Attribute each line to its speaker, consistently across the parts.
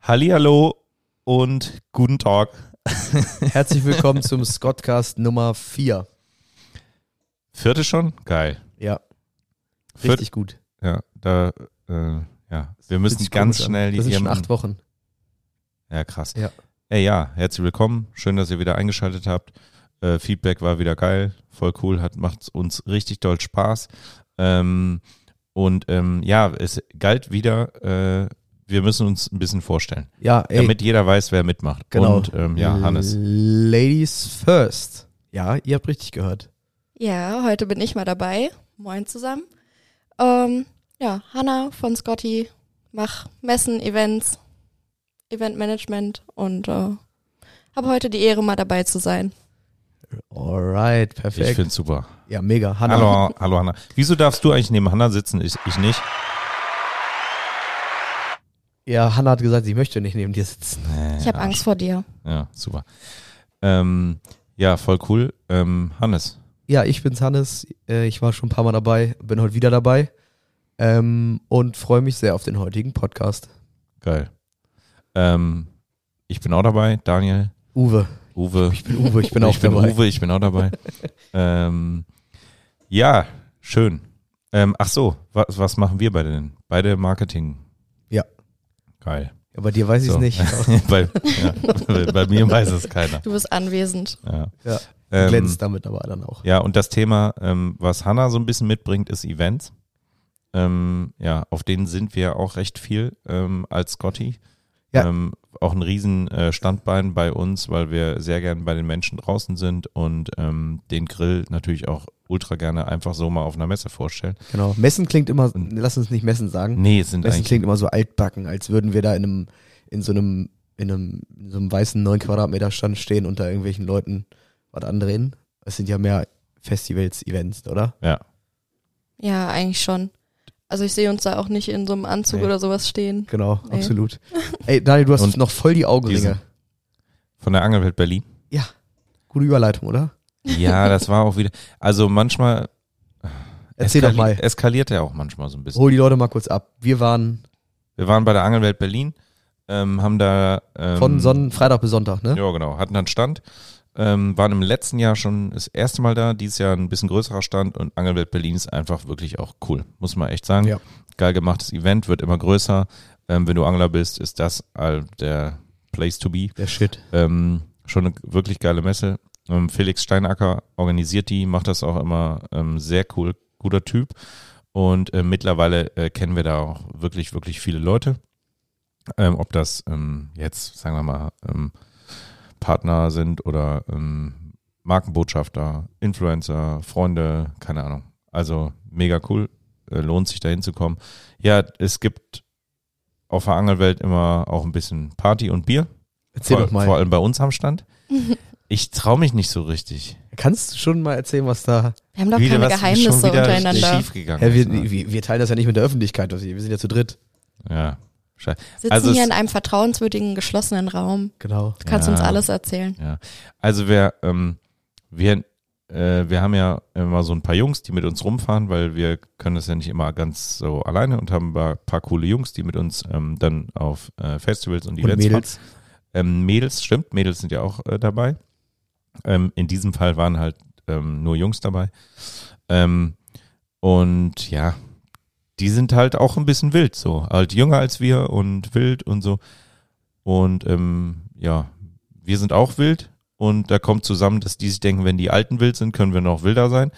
Speaker 1: Hallihallo und guten Tag.
Speaker 2: Herzlich willkommen zum Scottcast Nummer 4.
Speaker 1: Vierte schon? Geil.
Speaker 2: Ja,
Speaker 1: Viert-
Speaker 2: richtig gut.
Speaker 1: Ja, da, äh, ja. Wir
Speaker 2: Fühlt
Speaker 1: müssen
Speaker 2: sich
Speaker 1: ganz
Speaker 2: komisch an.
Speaker 1: schnell die
Speaker 2: Das sind schon
Speaker 1: Firmen-
Speaker 2: acht Wochen.
Speaker 1: Ja, krass.
Speaker 2: Ja.
Speaker 1: Ey, ja, herzlich willkommen. Schön, dass ihr wieder eingeschaltet habt. Äh, Feedback war wieder geil. Voll cool. Hat, macht uns richtig doll Spaß. Ähm, und ähm, ja, es galt wieder, äh, wir müssen uns ein bisschen vorstellen,
Speaker 2: Ja, ey.
Speaker 1: damit jeder weiß, wer mitmacht.
Speaker 2: genau.
Speaker 1: Und ähm, ja, Hannes.
Speaker 2: Ladies first. Ja, ihr habt richtig gehört.
Speaker 3: Ja, heute bin ich mal dabei. Moin zusammen. Ähm, ja, Hanna von Scotty mach Messen, Events, Eventmanagement und äh, habe heute die Ehre, mal dabei zu sein.
Speaker 2: Alright,
Speaker 1: Ich
Speaker 2: perfekt.
Speaker 1: find's super.
Speaker 2: Ja, mega. Hanna.
Speaker 1: Hallo, hallo Hanna. Wieso darfst du eigentlich neben Hanna sitzen? Ich, ich nicht.
Speaker 2: Ja, Hanna hat gesagt, sie möchte nicht neben dir sitzen.
Speaker 3: Ich habe
Speaker 1: Ja,
Speaker 3: Angst vor dir.
Speaker 1: Ja, super. Ähm, ja, voll cool. Ähm, Hannes,
Speaker 2: Ja, ich bin's Hannes. Äh, Ich war schon ein paar Mal dabei, bin heute wieder dabei ähm, und freue mich sehr auf den heutigen Podcast.
Speaker 1: geil. Ähm, ich bin auch dabei. Daniel,
Speaker 2: Uwe.
Speaker 1: Uwe.
Speaker 2: Ich bin Uwe, ich bin auch
Speaker 1: ich bin
Speaker 2: dabei.
Speaker 1: Uwe, ich bin auch dabei. ähm, ja, schön. Ähm, ach so, was, was machen wir beide denn? Beide Marketing.
Speaker 2: Ja.
Speaker 1: Geil.
Speaker 2: Ja, bei dir weiß ich es
Speaker 1: So.
Speaker 2: nicht.
Speaker 1: bei, ja, bei, bei mir weiß es keiner.
Speaker 3: Du bist anwesend.
Speaker 1: Ja.
Speaker 2: Ja,
Speaker 1: Ähm,
Speaker 2: Glänzt damit aber dann auch.
Speaker 1: Ja, und das Thema, ähm, was Hanna so ein bisschen mitbringt, ist Events. Ähm, ja, auf denen sind wir auch recht viel ähm, als Scotty.
Speaker 2: Ja.
Speaker 1: Ähm, auch ein riesen äh, Standbein bei uns, weil wir sehr gern bei den Menschen draußen sind und ähm, den Grill natürlich auch ultra gerne einfach so mal auf einer Messe vorstellen.
Speaker 2: Genau. Messen klingt immer,
Speaker 1: Und-
Speaker 2: lass uns nicht Messen sagen.
Speaker 1: Nee, es sind
Speaker 2: Messen
Speaker 1: eigentlich
Speaker 2: klingt immer so altbacken, als würden wir da in einem, in so einem, in einem, in so einem weißen 9 Quadratmeter Stand stehen und da irgendwelchen Leuten was andrehen. Es sind ja mehr Festivals, Events, oder?
Speaker 3: Ja, eigentlich schon. Also ich sehe uns da auch nicht in so einem Anzug
Speaker 1: Nee.
Speaker 3: oder sowas stehen.
Speaker 2: Genau,
Speaker 3: Nee.
Speaker 2: absolut. Ey, Daniel, du hast
Speaker 1: Und
Speaker 2: noch voll die Augenringe.
Speaker 1: diesen- von der Angelwelt Berlin.
Speaker 2: Gute Überleitung, oder?
Speaker 1: Ja, das war auch wieder. Also manchmal
Speaker 2: Erzähl
Speaker 1: eskali-
Speaker 2: doch mal. Oh.
Speaker 1: eskaliert er auch manchmal so ein bisschen.
Speaker 2: Hol die Leute mal kurz ab. Wir waren
Speaker 1: Wir waren bei der Angelwelt Berlin, ähm, haben da ähm,
Speaker 2: von Sonnen, Freitag bis Sonntag, ne?
Speaker 1: Ja, genau. Hatten dann Stand. Ähm, waren im letzten Jahr schon das erste Mal da, dieses Jahr ein bisschen größerer Stand und Angelwelt Berlin ist einfach wirklich auch cool, muss man echt sagen.
Speaker 2: Ja.
Speaker 1: Geil gemachtes Event, wird immer größer. Ähm, wenn du Angler bist, ist das all der Place to be.
Speaker 2: Der Shit.
Speaker 1: Ähm, schon eine wirklich geile Messe. Ähm, Felix Steinacker organisiert die, macht das auch immer ähm, sehr cool, guter Typ. Und äh, mittlerweile äh, kennen wir da auch wirklich, wirklich viele Leute. Ähm, ob das ähm, jetzt, sagen wir mal, ähm, Partner sind oder ähm, Markenbotschafter, Influencer, Freunde, keine Ahnung. Also mega cool, äh, lohnt sich da hinzukommen. Ja, es gibt auf der Angelwelt immer auch ein bisschen Party und Bier
Speaker 2: Erzähl
Speaker 1: vor,
Speaker 2: doch mal.
Speaker 1: vor allem bei uns am Stand. Ich traue mich nicht so richtig.
Speaker 2: Kannst du schon mal erzählen, was da.
Speaker 3: Wir haben doch
Speaker 1: Wieder
Speaker 3: keine
Speaker 1: was schon
Speaker 3: Geheimnisse
Speaker 1: wieder
Speaker 3: untereinander.
Speaker 1: Schief gegangen
Speaker 2: Hä,
Speaker 1: ist,
Speaker 2: wir,
Speaker 1: ne?
Speaker 2: wir, wir teilen das ja nicht mit der Öffentlichkeit, also wir sind ja zu dritt.
Speaker 1: Ja. Schei-
Speaker 3: Sitzen
Speaker 1: Also
Speaker 3: hier
Speaker 1: es-
Speaker 3: in einem vertrauenswürdigen, geschlossenen Raum.
Speaker 2: Genau.
Speaker 3: Du kannst uns
Speaker 1: Ja.
Speaker 3: alles erzählen.
Speaker 1: Also wir, ähm, wir, äh, wir haben ja immer so ein paar Jungs, die mit uns rumfahren, weil wir können das ja nicht immer ganz so alleine und haben ein paar, paar coole Jungs, die mit uns ähm, dann auf äh, Festivals und
Speaker 2: Und
Speaker 1: Events fahren.
Speaker 2: Mädels.
Speaker 1: Ähm, Mädels, stimmt, Mädels sind ja auch äh, dabei. Ähm, in diesem Fall waren halt ähm, nur Jungs dabei. Ähm, und ja, die sind halt auch ein bisschen wild, so. Halt jünger als wir und wild und so. Und ähm, ja, wir sind auch wild. Und da kommt zusammen, dass die sich denken, wenn die Alten wild sind, können wir noch wilder sein.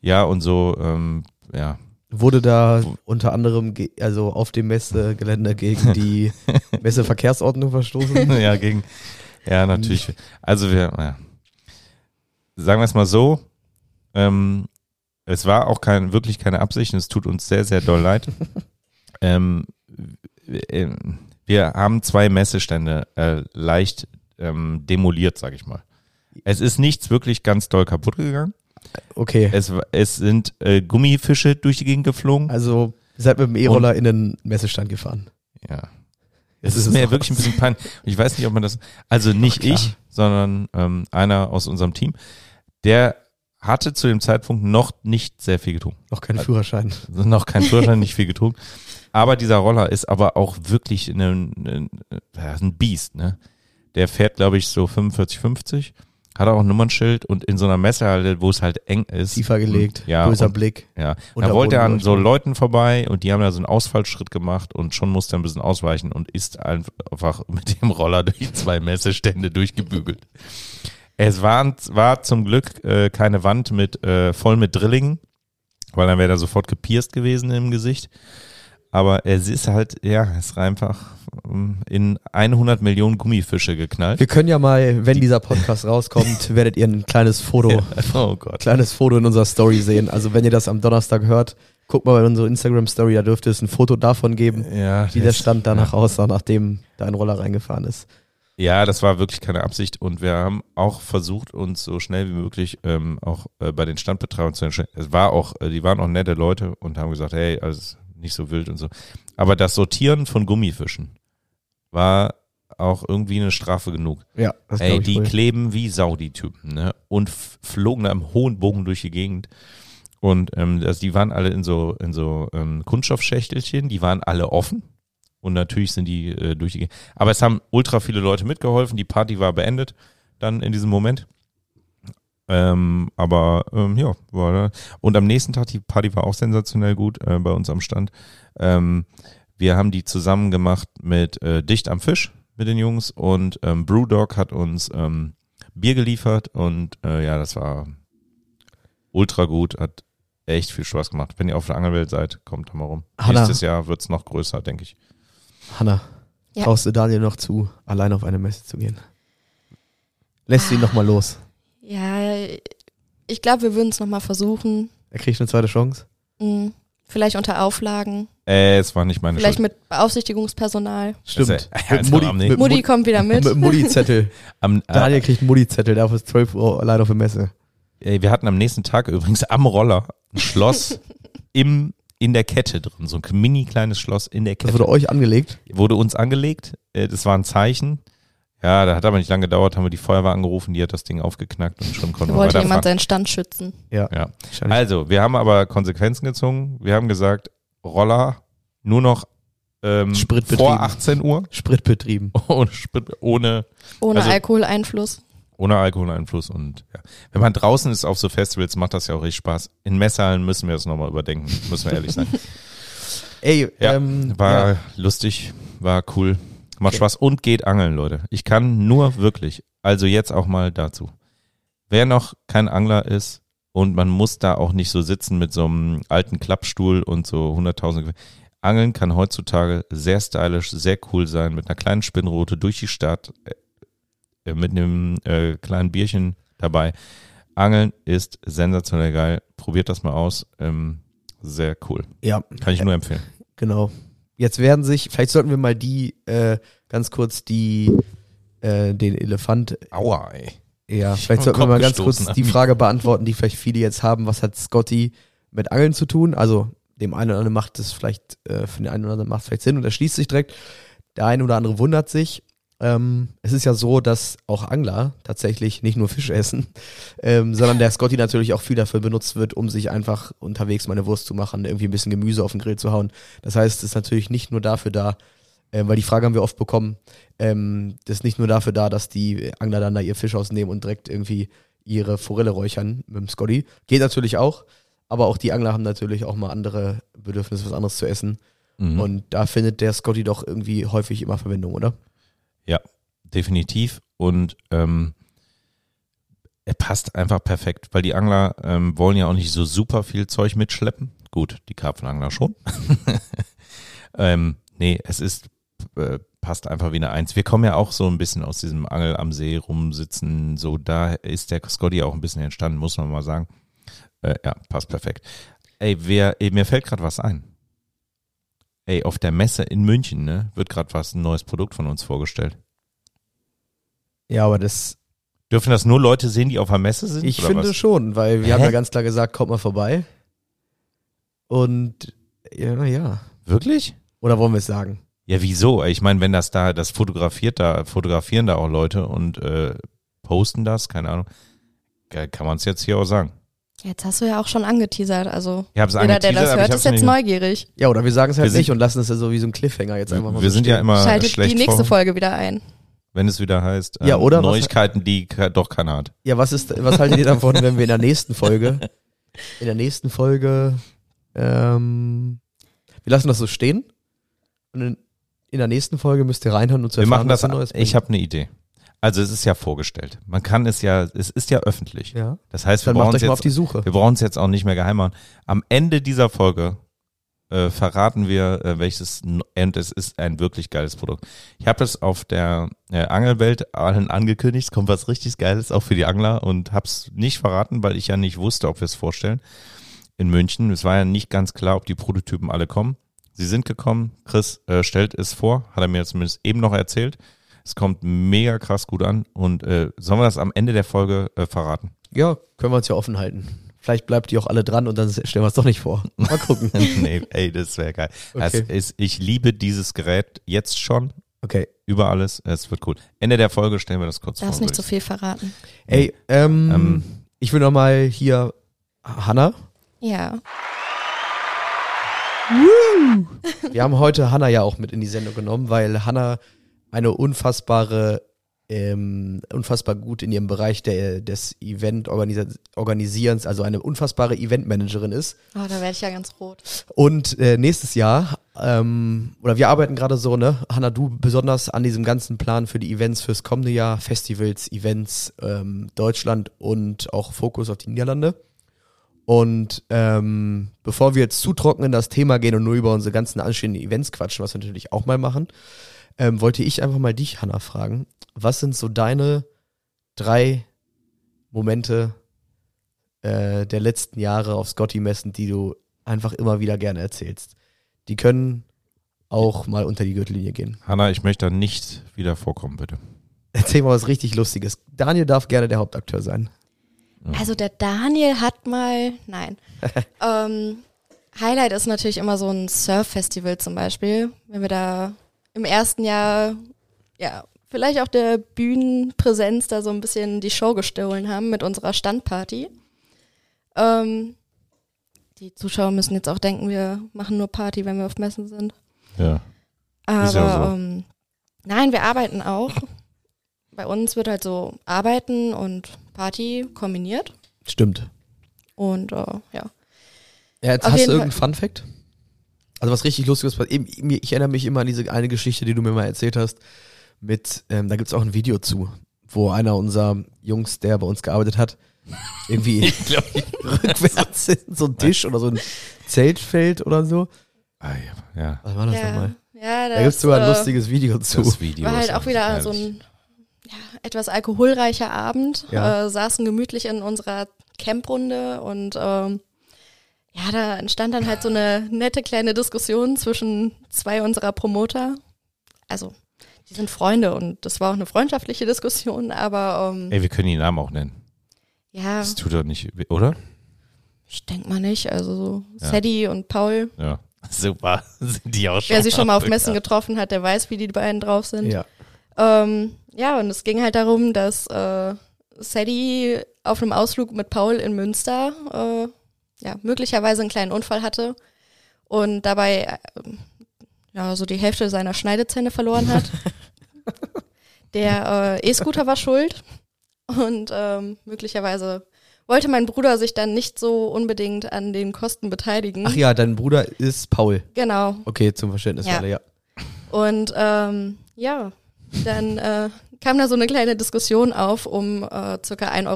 Speaker 1: Ja, und so, ähm, ja,
Speaker 2: wurde da unter anderem ge- also auf dem Messegelände gegen die Messeverkehrsordnung verstoßen.
Speaker 1: ja, gegen. Ja, natürlich. Also wir, ja. sagen wir es mal so, ähm, es war auch kein, wirklich keine Absicht und es tut uns sehr, sehr doll leid. ähm, äh, wir haben zwei Messestände äh, leicht ähm, demoliert, sage ich mal. Es ist nichts wirklich ganz doll kaputt gegangen.
Speaker 2: Okay,
Speaker 1: Es, wa- es sind äh, Gummifische durch die Gegend geflogen.
Speaker 2: also ihr seid mit dem E-Roller in den Messestand gefahren.
Speaker 1: ja.
Speaker 2: Das
Speaker 1: Es ist mir wirklich ein bisschen peinlich. Ich weiß nicht, ob man das, also nicht
Speaker 2: klar.
Speaker 1: ich, sondern ähm, einer aus unserem Team, der hatte zu dem Zeitpunkt noch nicht sehr viel getrunken.
Speaker 2: noch kein Führerschein.
Speaker 1: Also noch kein Führerschein, nicht viel getrunken. Aber dieser Roller ist aber auch wirklich ein, ein, ein Biest, ne? Der fährt, glaube ich, so 45, 50, hat auch ein Nummernschild und in so einer Messehalle, wo es halt eng ist.
Speaker 2: Tiefer gelegt,
Speaker 1: Ja,
Speaker 2: böser
Speaker 1: und-
Speaker 2: Blick.
Speaker 1: Ja, und da
Speaker 2: Unterboden
Speaker 1: wollte er an so
Speaker 2: durchgehen.
Speaker 1: Leuten vorbei und die haben da so einen Ausfallschritt gemacht und schon musste er ein bisschen ausweichen und ist einfach mit dem Roller durch zwei Messestände durchgebügelt. Es war, war zum Glück äh, keine Wand mit äh, voll mit Drillingen, weil dann wäre er sofort gepierst gewesen im Gesicht. Aber es ist halt, ja, es war einfach ähm, in 100 Millionen Gummifische geknallt.
Speaker 2: Wir können ja mal, wenn dieser Podcast rauskommt, werdet ihr ein kleines Foto,
Speaker 1: Oh Gott.
Speaker 2: kleines Foto in unserer Story sehen. Also wenn ihr das am Donnerstag hört, guckt mal bei unserer Instagram-Story, da dürfte es ein Foto davon geben,
Speaker 1: Ja,
Speaker 2: wie der Stand danach aussah, nachdem da ein Roller reingefahren ist.
Speaker 1: Ja, das war wirklich keine Absicht und wir haben auch versucht, uns so schnell wie möglich ähm, auch äh, bei den Standbetreibern zu entscheiden. Es war auch, äh, die waren auch nette Leute und haben gesagt, hey, alles nicht so wild und so. Aber das Sortieren von Gummifischen war auch irgendwie eine Strafe genug.
Speaker 2: Ja, das
Speaker 1: Ey,
Speaker 2: glaub ich
Speaker 1: die
Speaker 2: wohl.
Speaker 1: kleben wie Sau, die Typen, ne? Und f- flogen da im hohen Bogen durch die Gegend. Und ähm, das, die waren alle in so, in so ähm, Kunststoffschächtelchen, die waren alle offen. Und natürlich sind die äh, durch die Gegend. Aber es haben ultra viele Leute mitgeholfen, die Party war beendet dann in diesem Moment. Ähm, aber ähm, ja, war, und am nächsten Tag, die Party war auch sensationell gut äh, bei uns am Stand. Ähm, wir haben die zusammen gemacht mit äh, Dicht am Fisch mit den Jungs und ähm, Brewdog hat uns ähm, Bier geliefert und äh, ja, das war ultra gut, hat echt viel Spaß gemacht. Wenn ihr auf der Angelwelt seid, kommt da mal rum.
Speaker 2: Hanna.
Speaker 1: Nächstes Jahr wird's noch größer, denke ich.
Speaker 2: Hanna,
Speaker 3: Ja.
Speaker 2: traust du Daniel noch zu, allein auf eine Messe zu gehen? Lässt du ihn nochmal los?
Speaker 3: Ja, ich glaube, wir würden es nochmal versuchen.
Speaker 2: Er kriegt eine zweite Chance?
Speaker 3: Hm, Vielleicht unter Auflagen,
Speaker 1: Äh, es war nicht meine
Speaker 3: vielleicht
Speaker 1: Schuld.
Speaker 3: mit Beaufsichtigungspersonal.
Speaker 1: Das
Speaker 2: Stimmt.
Speaker 1: ist ja-
Speaker 2: Mit
Speaker 1: also
Speaker 2: Mutti-
Speaker 1: am nächsten-
Speaker 2: mit
Speaker 3: Mutti
Speaker 2: Mutti-
Speaker 3: kommt wieder mit.
Speaker 2: Mit dem Mutti-Zettel.
Speaker 1: Am, äh,
Speaker 2: Daniel kriegt einen Mutti-Zettel, darf ist 12 Uhr allein auf der Messe.
Speaker 1: Ey, Äh, wir hatten am nächsten Tag übrigens am Roller ein Schloss im, in der Kette drin, so ein mini kleines Schloss in der
Speaker 2: Das
Speaker 1: Kette.
Speaker 2: wurde euch angelegt.
Speaker 1: Wurde uns angelegt, äh, das war ein Zeichen. Ja, da hat aber nicht lange gedauert, haben wir die Feuerwehr angerufen, die hat das Ding aufgeknackt und schon
Speaker 3: Da
Speaker 1: konnten wir
Speaker 3: wollte jemand
Speaker 1: weiterfahren.
Speaker 3: seinen Stand schützen.
Speaker 1: Ja.
Speaker 2: Wahrscheinlich.
Speaker 1: Also, wir haben aber Konsequenzen gezogen. Wir haben gesagt, Roller nur noch ähm,
Speaker 2: Sprit
Speaker 1: vor
Speaker 2: betrieben.
Speaker 1: 18 Uhr
Speaker 2: Sprit betrieben.
Speaker 1: ohne, Sprit, ohne
Speaker 3: Ohne
Speaker 1: Also-
Speaker 3: Alkoholeinfluss.
Speaker 1: Ohne Alkoholeinfluss und ja. Wenn man draußen ist auf so Festivals, macht das ja auch richtig Spaß. In Messhallen müssen wir das nochmal überdenken, müssen wir ehrlich sein.
Speaker 2: Ey,
Speaker 1: Ja,
Speaker 2: ähm,
Speaker 1: War
Speaker 2: ja.
Speaker 1: lustig, war cool, macht Spaß und geht angeln, Leute. Ich kann nur wirklich, also jetzt auch mal dazu. Wer noch kein Angler ist und man muss da auch nicht so sitzen mit so einem alten Klappstuhl und so 100.000. Gew- Angeln kann heutzutage sehr stylisch, sehr cool sein, mit einer kleinen Spinnrute durch die Stadt, äh, mit einem äh, kleinen Bierchen dabei. Angeln ist sensationell geil. Probiert das mal aus. Ähm, sehr cool.
Speaker 2: ja,
Speaker 1: Kann ich nur empfehlen.
Speaker 2: genau. Jetzt werden sich, vielleicht sollten wir mal die, äh, ganz kurz die, äh, den Elefant,
Speaker 1: Aua, ey.
Speaker 2: ja,
Speaker 1: Ich
Speaker 2: vielleicht
Speaker 1: hab
Speaker 2: sollten wir
Speaker 1: den
Speaker 2: mal
Speaker 1: Kopf
Speaker 2: ganz
Speaker 1: gestoßen,
Speaker 2: kurz die
Speaker 1: Ami.
Speaker 2: Frage beantworten, die vielleicht viele jetzt haben, was hat Scotty mit Angeln zu tun? Also, dem einen oder anderen macht es vielleicht, äh, für den einen oder anderen macht es vielleicht Sinn und er schließt sich direkt. Der eine oder andere wundert sich. Ähm, es ist ja so, dass auch Angler tatsächlich nicht nur Fisch essen, ähm, sondern der Scotty natürlich auch viel dafür benutzt wird, um sich einfach unterwegs mal eine Wurst zu machen, irgendwie ein bisschen Gemüse auf den Grill zu hauen. Das heißt, es ist natürlich nicht nur dafür da, äh, weil die Frage haben wir oft bekommen, ähm, das ist nicht nur dafür da, dass die Angler dann da ihr Fisch ausnehmen und direkt irgendwie ihre Forelle räuchern mit dem Scotty. Geht natürlich auch, aber auch die Angler haben natürlich auch mal andere Bedürfnisse, was anderes zu essen.
Speaker 1: Mhm.
Speaker 2: Und da findet der Scotty doch irgendwie häufig immer Verwendung, oder?
Speaker 1: definitiv. Und ähm, er passt einfach perfekt, weil die Angler ähm, wollen ja auch nicht so super viel Zeug mitschleppen. Gut, die Karpfenangler schon. ähm, nee, es ist, äh, passt einfach wie eine Eins. Wir kommen ja auch so ein bisschen aus diesem Angel am See rumsitzen. So, da ist der Scotty auch ein bisschen entstanden, muss man mal sagen. Äh, ja, passt perfekt. Ey, wer, ey mir fällt gerade was ein. Ey, auf der Messe in München, ne, wird gerade was, ein neues Produkt von uns vorgestellt.
Speaker 2: Ja, aber das.
Speaker 1: Dürfen das nur Leute sehen, die auf der Messe sind?
Speaker 2: Ich
Speaker 1: oder
Speaker 2: finde
Speaker 1: was?
Speaker 2: schon, weil wir haben
Speaker 1: Hä?
Speaker 2: ja ganz klar gesagt, kommt mal vorbei. Und ja, naja.
Speaker 1: Wirklich?
Speaker 2: Oder wollen wir es sagen?
Speaker 1: Ja, wieso? Ich meine, wenn das da, das fotografiert da, fotografieren da auch Leute und äh, posten das, keine Ahnung, Ge- kann man es jetzt hier auch sagen.
Speaker 3: Jetzt hast du ja auch schon angeteasert, also
Speaker 1: Ich habe es
Speaker 3: jeder, der
Speaker 1: angeteasert,
Speaker 3: das
Speaker 1: aber ich
Speaker 3: hört,
Speaker 1: hab's
Speaker 3: ist jetzt
Speaker 1: nicht-
Speaker 3: neugierig.
Speaker 2: Ja, oder wir sagen es
Speaker 1: Wir
Speaker 2: halt
Speaker 1: sind-
Speaker 2: nicht und lassen es ja so wie so ein Cliffhanger jetzt einfach mal
Speaker 1: Wir
Speaker 2: so
Speaker 1: sind ja
Speaker 2: stehen.
Speaker 1: immer
Speaker 3: Schaltet
Speaker 1: Ah, schlecht
Speaker 3: die nächste
Speaker 1: vor,
Speaker 3: Folge wieder ein.
Speaker 1: wenn es wieder heißt. ähm,
Speaker 2: Ja, oder? Was-
Speaker 1: Neuigkeiten, die ke- doch keiner hat.
Speaker 2: Ja, was ist, was haltet ihr davon, wenn wir in der nächsten Folge, in der nächsten Folge, ähm, wir lassen das so stehen und in, in der nächsten Folge müsst ihr reinhören und zu
Speaker 1: Wir
Speaker 2: erfahren,
Speaker 1: machen das.
Speaker 2: was ihr Neues
Speaker 1: Ich
Speaker 2: bringt.
Speaker 1: habe eine Idee. Also es ist ja vorgestellt. Man kann es ja, es ist ja öffentlich.
Speaker 2: ja.
Speaker 1: Das heißt, wir
Speaker 2: Dann
Speaker 1: brauchen
Speaker 2: macht euch
Speaker 1: es
Speaker 2: mal auf
Speaker 1: jetzt,
Speaker 2: die Suche.
Speaker 1: wir brauchen es jetzt auch nicht mehr geheim machen. Am Ende dieser Folge äh, verraten wir, äh, welches n- und es ist ein wirklich geiles Produkt. Ich habe das auf der äh, Angelwelt allen angekündigt. Es kommt was richtig Geiles auch für die Angler und hab's nicht verraten, weil ich ja nicht wusste, ob wir es vorstellen. In München. Es war ja nicht ganz klar, ob die Prototypen alle kommen. Sie sind gekommen. Chris äh, stellt es vor, hat er mir zumindest eben noch erzählt. Es kommt mega krass gut an und äh, sollen wir das am Ende der Folge äh, verraten?
Speaker 2: Ja, können wir uns ja offen halten. Vielleicht bleibt ihr auch alle dran und dann stellen wir es doch nicht vor. Mal gucken.
Speaker 1: nee, ey, das wäre geil. Das
Speaker 2: Okay.
Speaker 1: ist, ich liebe dieses Gerät jetzt schon
Speaker 2: Okay.
Speaker 1: über alles. Es wird cool. Ende der Folge stellen wir das kurz
Speaker 3: Darfst
Speaker 1: vor.
Speaker 3: nicht so viel verraten.
Speaker 2: Ey, ähm,
Speaker 1: Ähm.
Speaker 2: ich will nochmal hier Hanna.
Speaker 3: Ja.
Speaker 2: Wir haben heute Hanna ja auch mit in die Sendung genommen, weil Hanna eine unfassbare, ähm, unfassbar gut in ihrem Bereich der, des Event-Organisierens, also eine unfassbare Eventmanagerin ist.
Speaker 3: Oh, da werde ich ja ganz rot.
Speaker 2: Und äh, nächstes Jahr, ähm, oder wir arbeiten gerade so, ne, Hanna, du besonders an diesem ganzen Plan für die Events fürs kommende Jahr, Festivals, Events, ähm, Deutschland und auch Fokus auf die Niederlande. Und ähm, bevor wir jetzt zu trocken in das Thema gehen und nur über unsere ganzen anstehenden Events quatschen, was wir natürlich auch mal machen, ähm, wollte ich einfach mal dich, Hanna, fragen. Was sind so deine drei Momente äh, der letzten Jahre auf Scotty-Messen, die du einfach immer wieder gerne erzählst. Die können auch mal unter die Gürtellinie gehen.
Speaker 1: Hanna, ich möchte da nicht wieder vorkommen, bitte.
Speaker 2: Erzähl mal was richtig Lustiges. Daniel darf gerne der Hauptakteur sein.
Speaker 1: Mhm.
Speaker 3: Also der Daniel hat mal, nein. ähm, Highlight ist natürlich immer so ein Surf-Festival zum Beispiel, wenn wir da im ersten Jahr, ja, vielleicht auch der Bühnenpräsenz da so ein bisschen die Show gestohlen haben mit unserer Standparty. Ähm, die Zuschauer müssen jetzt auch denken, wir machen nur Party, wenn wir auf Messen sind.
Speaker 1: Ja.
Speaker 3: Aber
Speaker 1: Ist ja so.
Speaker 3: ähm, nein, wir arbeiten auch. Bei uns wird halt so Arbeiten und Party kombiniert.
Speaker 2: Stimmt.
Speaker 3: Und äh, ja.
Speaker 2: Ja, jetzt
Speaker 3: Auf
Speaker 2: hast du
Speaker 3: jeden
Speaker 2: irgendeinen Fun Fact? Also was richtig Lustiges passiert. Ich, ich erinnere mich immer an diese eine Geschichte, die du mir mal erzählt hast. Mit, ähm, da gibt es auch ein Video zu, wo einer unserer Jungs, der bei uns gearbeitet hat, irgendwie rückwärts in so einen Tisch oder so ein Zelt fällt oder so.
Speaker 1: Ah, ja. ja.
Speaker 2: Was war das
Speaker 3: ja,
Speaker 2: nochmal?
Speaker 3: ja,
Speaker 2: Da gibt es
Speaker 3: das
Speaker 2: sogar ein
Speaker 3: äh,
Speaker 2: lustiges Video zu.
Speaker 1: Das Video
Speaker 3: War
Speaker 1: ist
Speaker 3: halt auch wieder
Speaker 1: herrlich.
Speaker 3: so ein ja, etwas alkoholreicher Abend.
Speaker 2: Ja.
Speaker 3: Äh, saßen gemütlich in unserer Camprunde und ähm, ja, da entstand dann halt so eine nette kleine Diskussion zwischen zwei unserer Promoter. Also, die sind Freunde und das war auch eine freundschaftliche Diskussion, aber ähm,
Speaker 1: Ey, wir können die Namen auch nennen.
Speaker 3: ja,
Speaker 1: Das tut doch nicht, weh, oder?
Speaker 3: ich denke mal nicht. Also so
Speaker 1: Ja.
Speaker 3: Sadie und Paul.
Speaker 1: Ja. Super. Sind die auch schon.
Speaker 3: Wer sie schon mal auf
Speaker 1: bekannt.
Speaker 3: Messen getroffen hat, der weiß, wie die beiden drauf sind.
Speaker 2: Ja.
Speaker 3: Ähm, ja, und es ging halt darum, dass äh, Sadie auf einem Ausflug mit Paul in Münster äh, ja, möglicherweise einen kleinen Unfall hatte und dabei äh, ja, so die Hälfte seiner Schneidezähne verloren hat. Der äh, E-Scooter war schuld und ähm, möglicherweise wollte mein Bruder sich dann nicht so unbedingt an den Kosten beteiligen.
Speaker 2: Ach ja, dein Bruder ist Paul.
Speaker 3: Genau.
Speaker 2: Okay, zum Verständnis
Speaker 3: Ja.
Speaker 2: ja. alle, ja.
Speaker 3: Und ähm, ja, dann äh, kam da so eine kleine Diskussion auf um äh, circa 1,50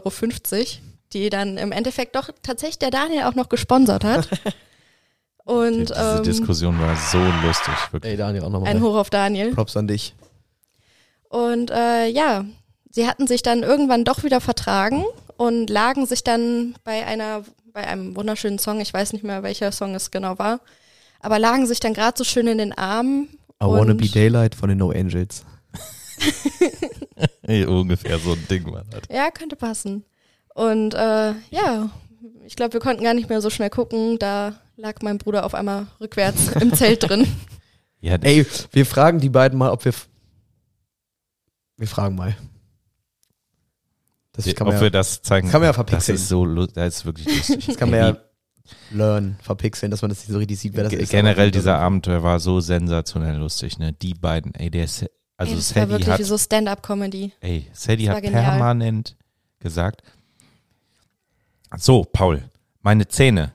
Speaker 3: Euro, die dann im Endeffekt doch tatsächlich der Daniel auch noch gesponsert hat.
Speaker 1: Die,
Speaker 3: Und
Speaker 1: diese
Speaker 3: ähm,
Speaker 1: Diskussion war so lustig. Wirklich.
Speaker 2: Ey, Daniel, auch
Speaker 3: ein
Speaker 2: nochmal.
Speaker 3: Hoch auf Daniel.
Speaker 2: Props an dich.
Speaker 3: Und äh, ja, sie hatten sich dann irgendwann doch wieder vertragen und lagen sich dann bei einer, bei einem wunderschönen Song, ich weiß nicht mehr, welcher Song es genau war, aber lagen sich dann gerade so schön in den Armen.
Speaker 2: I wanna
Speaker 3: und-
Speaker 2: be Daylight von den No Angels.
Speaker 1: Ey, ungefähr so ein Ding war das.
Speaker 3: Ja, könnte passen. Und äh, ja, ich glaube, wir konnten gar nicht mehr so schnell gucken. Da lag mein Bruder auf einmal rückwärts im Zelt drin.
Speaker 1: Ja,
Speaker 2: Ey, wir fragen die beiden mal, ob wir. f- Wir fragen mal. Das
Speaker 1: Ja,
Speaker 2: kann
Speaker 1: ob
Speaker 2: man, ja,
Speaker 1: wir das zeigen.
Speaker 2: kann man ja
Speaker 1: das
Speaker 2: verpixeln.
Speaker 1: ist so, lu- das ist wirklich lustig.
Speaker 2: das kann man ja learn, verpixeln, dass man das nicht so richtig sieht, wer das
Speaker 1: Ge-
Speaker 2: ist.
Speaker 1: generell
Speaker 2: Aber- also,
Speaker 1: dieser Abenteuer war so sensationell lustig, ne? Die beiden, ey, der Se- also
Speaker 3: ey, das war
Speaker 1: Sadie
Speaker 3: wirklich wie
Speaker 1: hat,
Speaker 3: so Stand-up-Comedy.
Speaker 1: ey, Sadie
Speaker 3: das war
Speaker 1: hat
Speaker 3: genial.
Speaker 1: permanent gesagt. So, Paul, meine Zähne,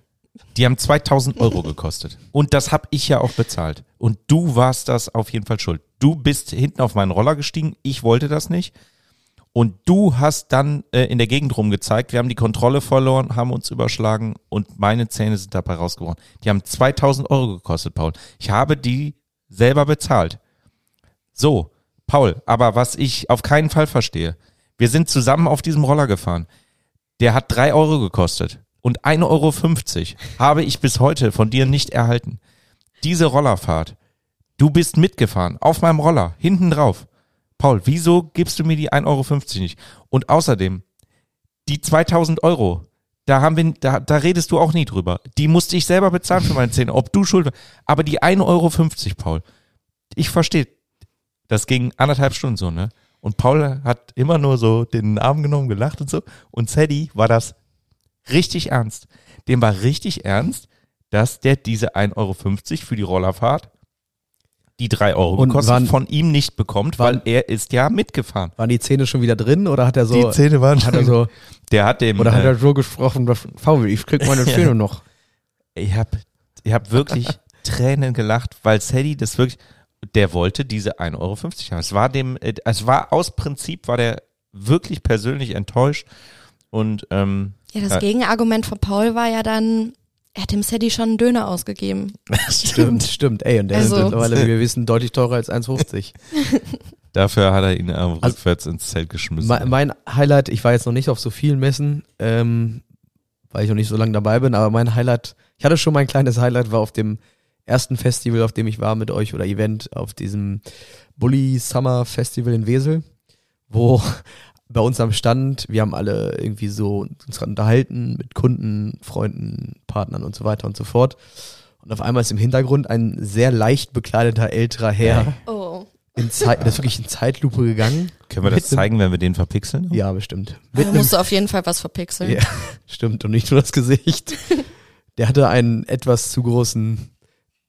Speaker 1: die haben 2000 Euro gekostet. Und das habe ich ja auch bezahlt. Und du warst das auf jeden Fall schuld. Du bist hinten auf meinen Roller gestiegen. Ich wollte das nicht. Und du hast dann äh, in der Gegend rumgezeigt, wir haben die Kontrolle verloren, haben uns überschlagen und meine Zähne sind dabei rausgeworden. Die haben 2000 Euro gekostet, Paul. Ich habe die selber bezahlt. So, Paul, aber was ich auf keinen Fall verstehe, wir sind zusammen auf diesem Roller gefahren. Der hat drei Euro gekostet und 1,50 Euro habe ich bis heute von dir nicht erhalten. Diese Rollerfahrt, du bist mitgefahren, auf meinem Roller, hinten drauf. Paul, wieso gibst du mir die 1,50 Euro nicht? Und außerdem, die 2000 Euro, da, haben wir, da, da redest du auch nie drüber. Die musste ich selber bezahlen für meine Zähne, ob du schuld warst. Aber die 1,50 Euro, Paul, ich verstehe. Das ging anderthalb Stunden so, ne? Und Paul hat immer nur so den Arm genommen, gelacht und so. Und Sadie war das richtig ernst. Dem war richtig ernst, dass der diese 1,50 Euro für die Rollerfahrt, die 3 Euro
Speaker 2: Und
Speaker 1: gekostet,
Speaker 2: wann-
Speaker 1: von ihm nicht bekommt, weil
Speaker 2: Wann-
Speaker 1: er ist ja mitgefahren.
Speaker 2: Waren die Zähne schon wieder drin oder hat er so.
Speaker 1: die Zähne waren
Speaker 2: hat er so
Speaker 1: Der hat dem.
Speaker 2: oder hat
Speaker 1: äh,
Speaker 2: er so gesprochen, dass- Faul, ich krieg meine Zähne noch.
Speaker 1: ich habe ich hab wirklich Tränen gelacht, weil Sadie das wirklich. Der wollte diese 1,50 Euro haben. Es war dem, äh, es war aus Prinzip, war der wirklich persönlich enttäuscht. Und ähm,
Speaker 3: Ja, das
Speaker 1: Ja.
Speaker 3: Gegenargument von Paul war ja dann, er hat dem Sadie schon einen Döner ausgegeben.
Speaker 2: Stimmt, stimmt. Ey, und der
Speaker 3: Also-
Speaker 2: ist mittlerweile, wie wir wissen, deutlich teurer als 1,50.
Speaker 1: dafür hat er ihn äh,
Speaker 2: Also-
Speaker 1: rückwärts ins Zelt geschmissen.
Speaker 2: Me- mein Highlight, ich war jetzt noch nicht auf so vielen Messen, ähm, weil ich noch nicht so lange dabei bin, aber mein Highlight, ich hatte schon mein kleines Highlight, war auf dem ersten Festival, auf dem ich war mit euch oder Event, auf diesem Bully Summer Festival in Wesel, wo bei uns am Stand, wir haben alle irgendwie so uns unterhalten mit Kunden, Freunden, Partnern und so weiter und so fort. Und auf einmal ist im Hintergrund ein sehr leicht bekleideter älterer Herr
Speaker 3: Oh.
Speaker 2: in Zeit, das ist wirklich in Zeitlupe gegangen.
Speaker 1: Können wir das
Speaker 2: mit dem-
Speaker 1: zeigen, wenn wir den verpixeln?
Speaker 2: Ja, bestimmt.
Speaker 3: Da musst du auf jeden Fall was verpixeln.
Speaker 2: Ja, stimmt. Und nicht nur das Gesicht. Der hatte einen etwas zu großen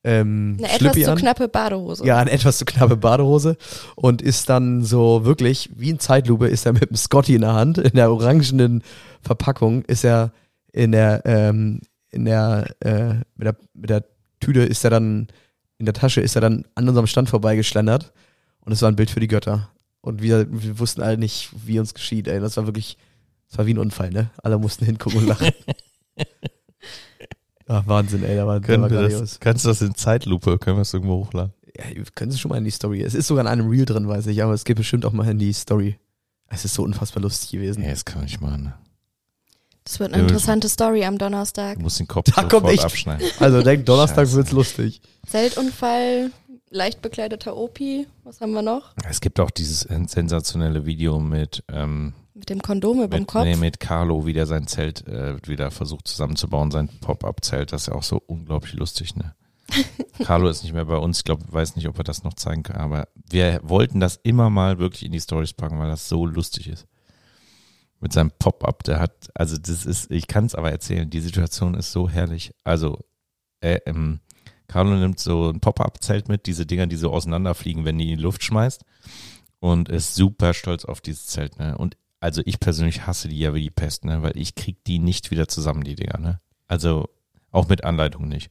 Speaker 2: ähm,
Speaker 3: Eine etwas
Speaker 2: Schlippi
Speaker 3: zu
Speaker 2: an.
Speaker 3: knappe Badehose.
Speaker 2: Ja, eine etwas zu knappe Badehose. Und ist dann so wirklich, wie in Zeitlupe, ist er mit einem Scotty in der Hand, in der orangenen Verpackung, ist er in der, ähm, in der, äh, mit der, mit der Tüte ist er dann, in der Tasche ist er dann an unserem Stand vorbeigeschlendert. Und es war ein Bild für die Götter. Und wir, wir wussten alle nicht, wie uns geschieht, ey. Das war wirklich, das war wie ein Unfall, ne? Alle mussten hingucken und lachen. Ach, Wahnsinn, ey, da war, da war
Speaker 1: Können wir
Speaker 2: grandios.
Speaker 1: das, kannst du das in Zeitlupe? Können wir das irgendwo hochladen?
Speaker 2: Ja, wir können es schon mal in die Story. Es ist sogar in einem Reel drin, weiß ich, aber es geht bestimmt auch mal in die Story. Es ist so unfassbar lustig gewesen.
Speaker 1: Nee, das kann ich machen.
Speaker 3: Das wird eine interessante Story am Donnerstag.
Speaker 1: Du musst den Kopf
Speaker 2: Da
Speaker 1: sofort
Speaker 2: kommt echt-
Speaker 1: abschneiden.
Speaker 2: Also denk, Donnerstag
Speaker 1: Scheiße.
Speaker 2: wird's lustig.
Speaker 3: Zeltunfall, leicht bekleideter Opi. Was haben wir noch?
Speaker 1: Es gibt auch dieses äh, sensationelle Video mit ähm,
Speaker 3: Mit dem Kondom über dem
Speaker 1: mit,
Speaker 3: Kopf.
Speaker 1: nee, mit Carlo, wie der sein Zelt äh, wieder versucht zusammenzubauen, sein Pop-Up-Zelt. Das ist ja auch so unglaublich lustig, ne? Carlo ist nicht mehr bei uns. Ich glaube, weiß nicht, ob wir das noch zeigen können. Aber wir wollten das immer mal wirklich in die Stories packen, weil das so lustig ist. Mit seinem Pop-Up, der hat, also das ist, ich kann es aber erzählen, die Situation ist so herrlich. Also, äh, ähm, Carlo nimmt so ein Pop-Up-Zelt mit, diese Dinger, die so auseinanderfliegen, wenn die in die Luft schmeißt. Und ist super stolz auf dieses Zelt, ne? Und also ich persönlich hasse die ja wie die Pest, ne? weil ich krieg die nicht wieder zusammen, die Dinger. Ne? Also auch mit Anleitung nicht.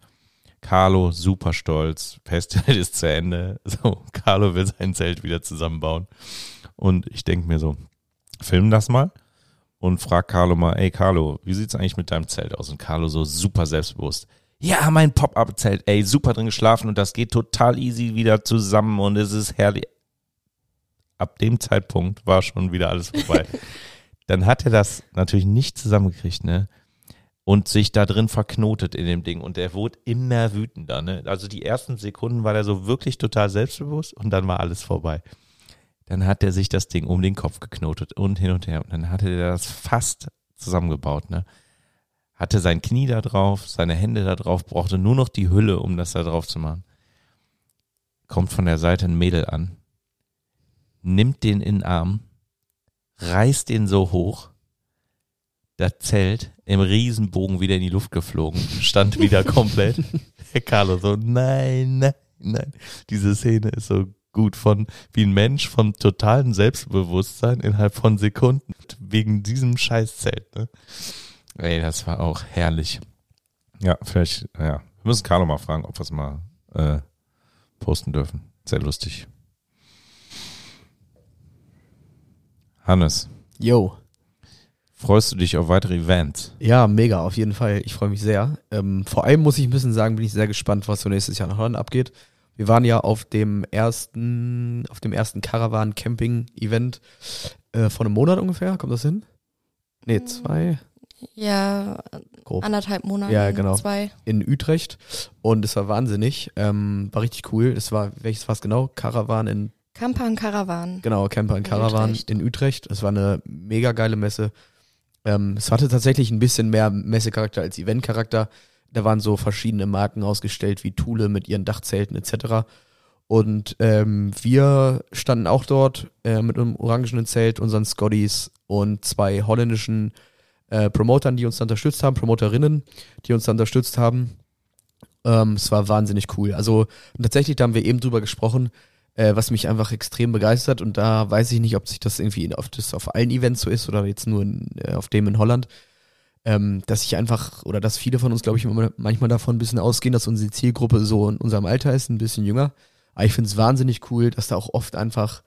Speaker 1: Carlo, super stolz, Pest ist zu Ende. So, Carlo will sein Zelt wieder zusammenbauen. Und ich denk mir so, film das mal und frag Carlo mal, ey Carlo, wie sieht's eigentlich mit deinem Zelt aus? Und Carlo so super selbstbewusst. Ja, mein Pop-Up-Zelt, ey, super drin geschlafen und das geht total easy wieder zusammen und es ist herrlich ab dem Zeitpunkt war schon wieder alles vorbei. Dann hat er das natürlich nicht zusammengekriegt, ne? Und sich da drin verknotet in dem Ding. Und er wurde immer wütender, ne? Also die ersten Sekunden war er so wirklich total selbstbewusst und dann war alles vorbei. Dann hat er sich das Ding um den Kopf geknotet und hin und her. Und dann hatte er das fast zusammengebaut, ne? Hatte sein Knie da drauf, seine Hände da drauf, brauchte nur noch die Hülle, um das da drauf zu machen. Kommt von der Seite ein Mädel an nimmt den in den Arm, reißt den so hoch, das Zelt im Riesenbogen wieder in die Luft geflogen, stand wieder komplett. Herr Carlo so, nein, nein, nein. Diese Szene ist so gut von, wie ein Mensch von totalem Selbstbewusstsein innerhalb von Sekunden wegen diesem Scheißzelt. Ne? Ey, das war auch herrlich. Ja, vielleicht, ja. Wir müssen Carlo mal fragen, ob wir es mal äh, posten dürfen. Sehr lustig. Hannes.
Speaker 2: Yo.
Speaker 1: Freust du dich auf weitere Events?
Speaker 2: Ja, mega, auf jeden Fall. Ich freue mich sehr. Ähm, vor allem muss ich ein bisschen sagen, bin ich sehr gespannt, was so nächstes Jahr in Holland abgeht. Wir waren ja auf dem ersten, auf dem ersten Caravan-Camping-Event äh, vor einem Monat ungefähr. Kommt das hin? Nee, zwei.
Speaker 3: Ja,
Speaker 2: Grob.
Speaker 3: anderthalb Monate,
Speaker 2: Oh. Ja, genau.
Speaker 3: zwei.
Speaker 2: in Utrecht und es war wahnsinnig, ähm, war richtig cool. Es war, welches war es genau? Caravan in,
Speaker 3: Camper und Caravan.
Speaker 2: genau, Camper in
Speaker 3: Hm. In
Speaker 2: Caravan
Speaker 3: Utrecht.
Speaker 2: in Utrecht. Es war eine mega geile Messe. Ähm, es hatte tatsächlich ein bisschen mehr Messecharakter als Eventcharakter. Da waren so verschiedene Marken ausgestellt, wie Thule mit ihren Dachzelten etc. Und ähm, wir standen auch dort äh, mit einem orangenen Zelt, unseren Scotties und zwei holländischen äh, Promotern, die uns da unterstützt haben, Promoterinnen, die uns da unterstützt haben. Ähm, es war wahnsinnig cool. Also und tatsächlich, da haben wir eben drüber gesprochen, äh, was mich einfach extrem begeistert. Und da weiß ich nicht, ob sich das irgendwie in- auf, das auf allen Events so ist oder jetzt nur in, äh, auf dem in Holland. Ähm, dass ich einfach, oder dass viele von uns, glaube ich, immer- manchmal davon ein bisschen ausgehen, dass unsere Zielgruppe so in unserem Alter ist, ein bisschen jünger. Aber ich finde es wahnsinnig cool, dass da auch oft einfach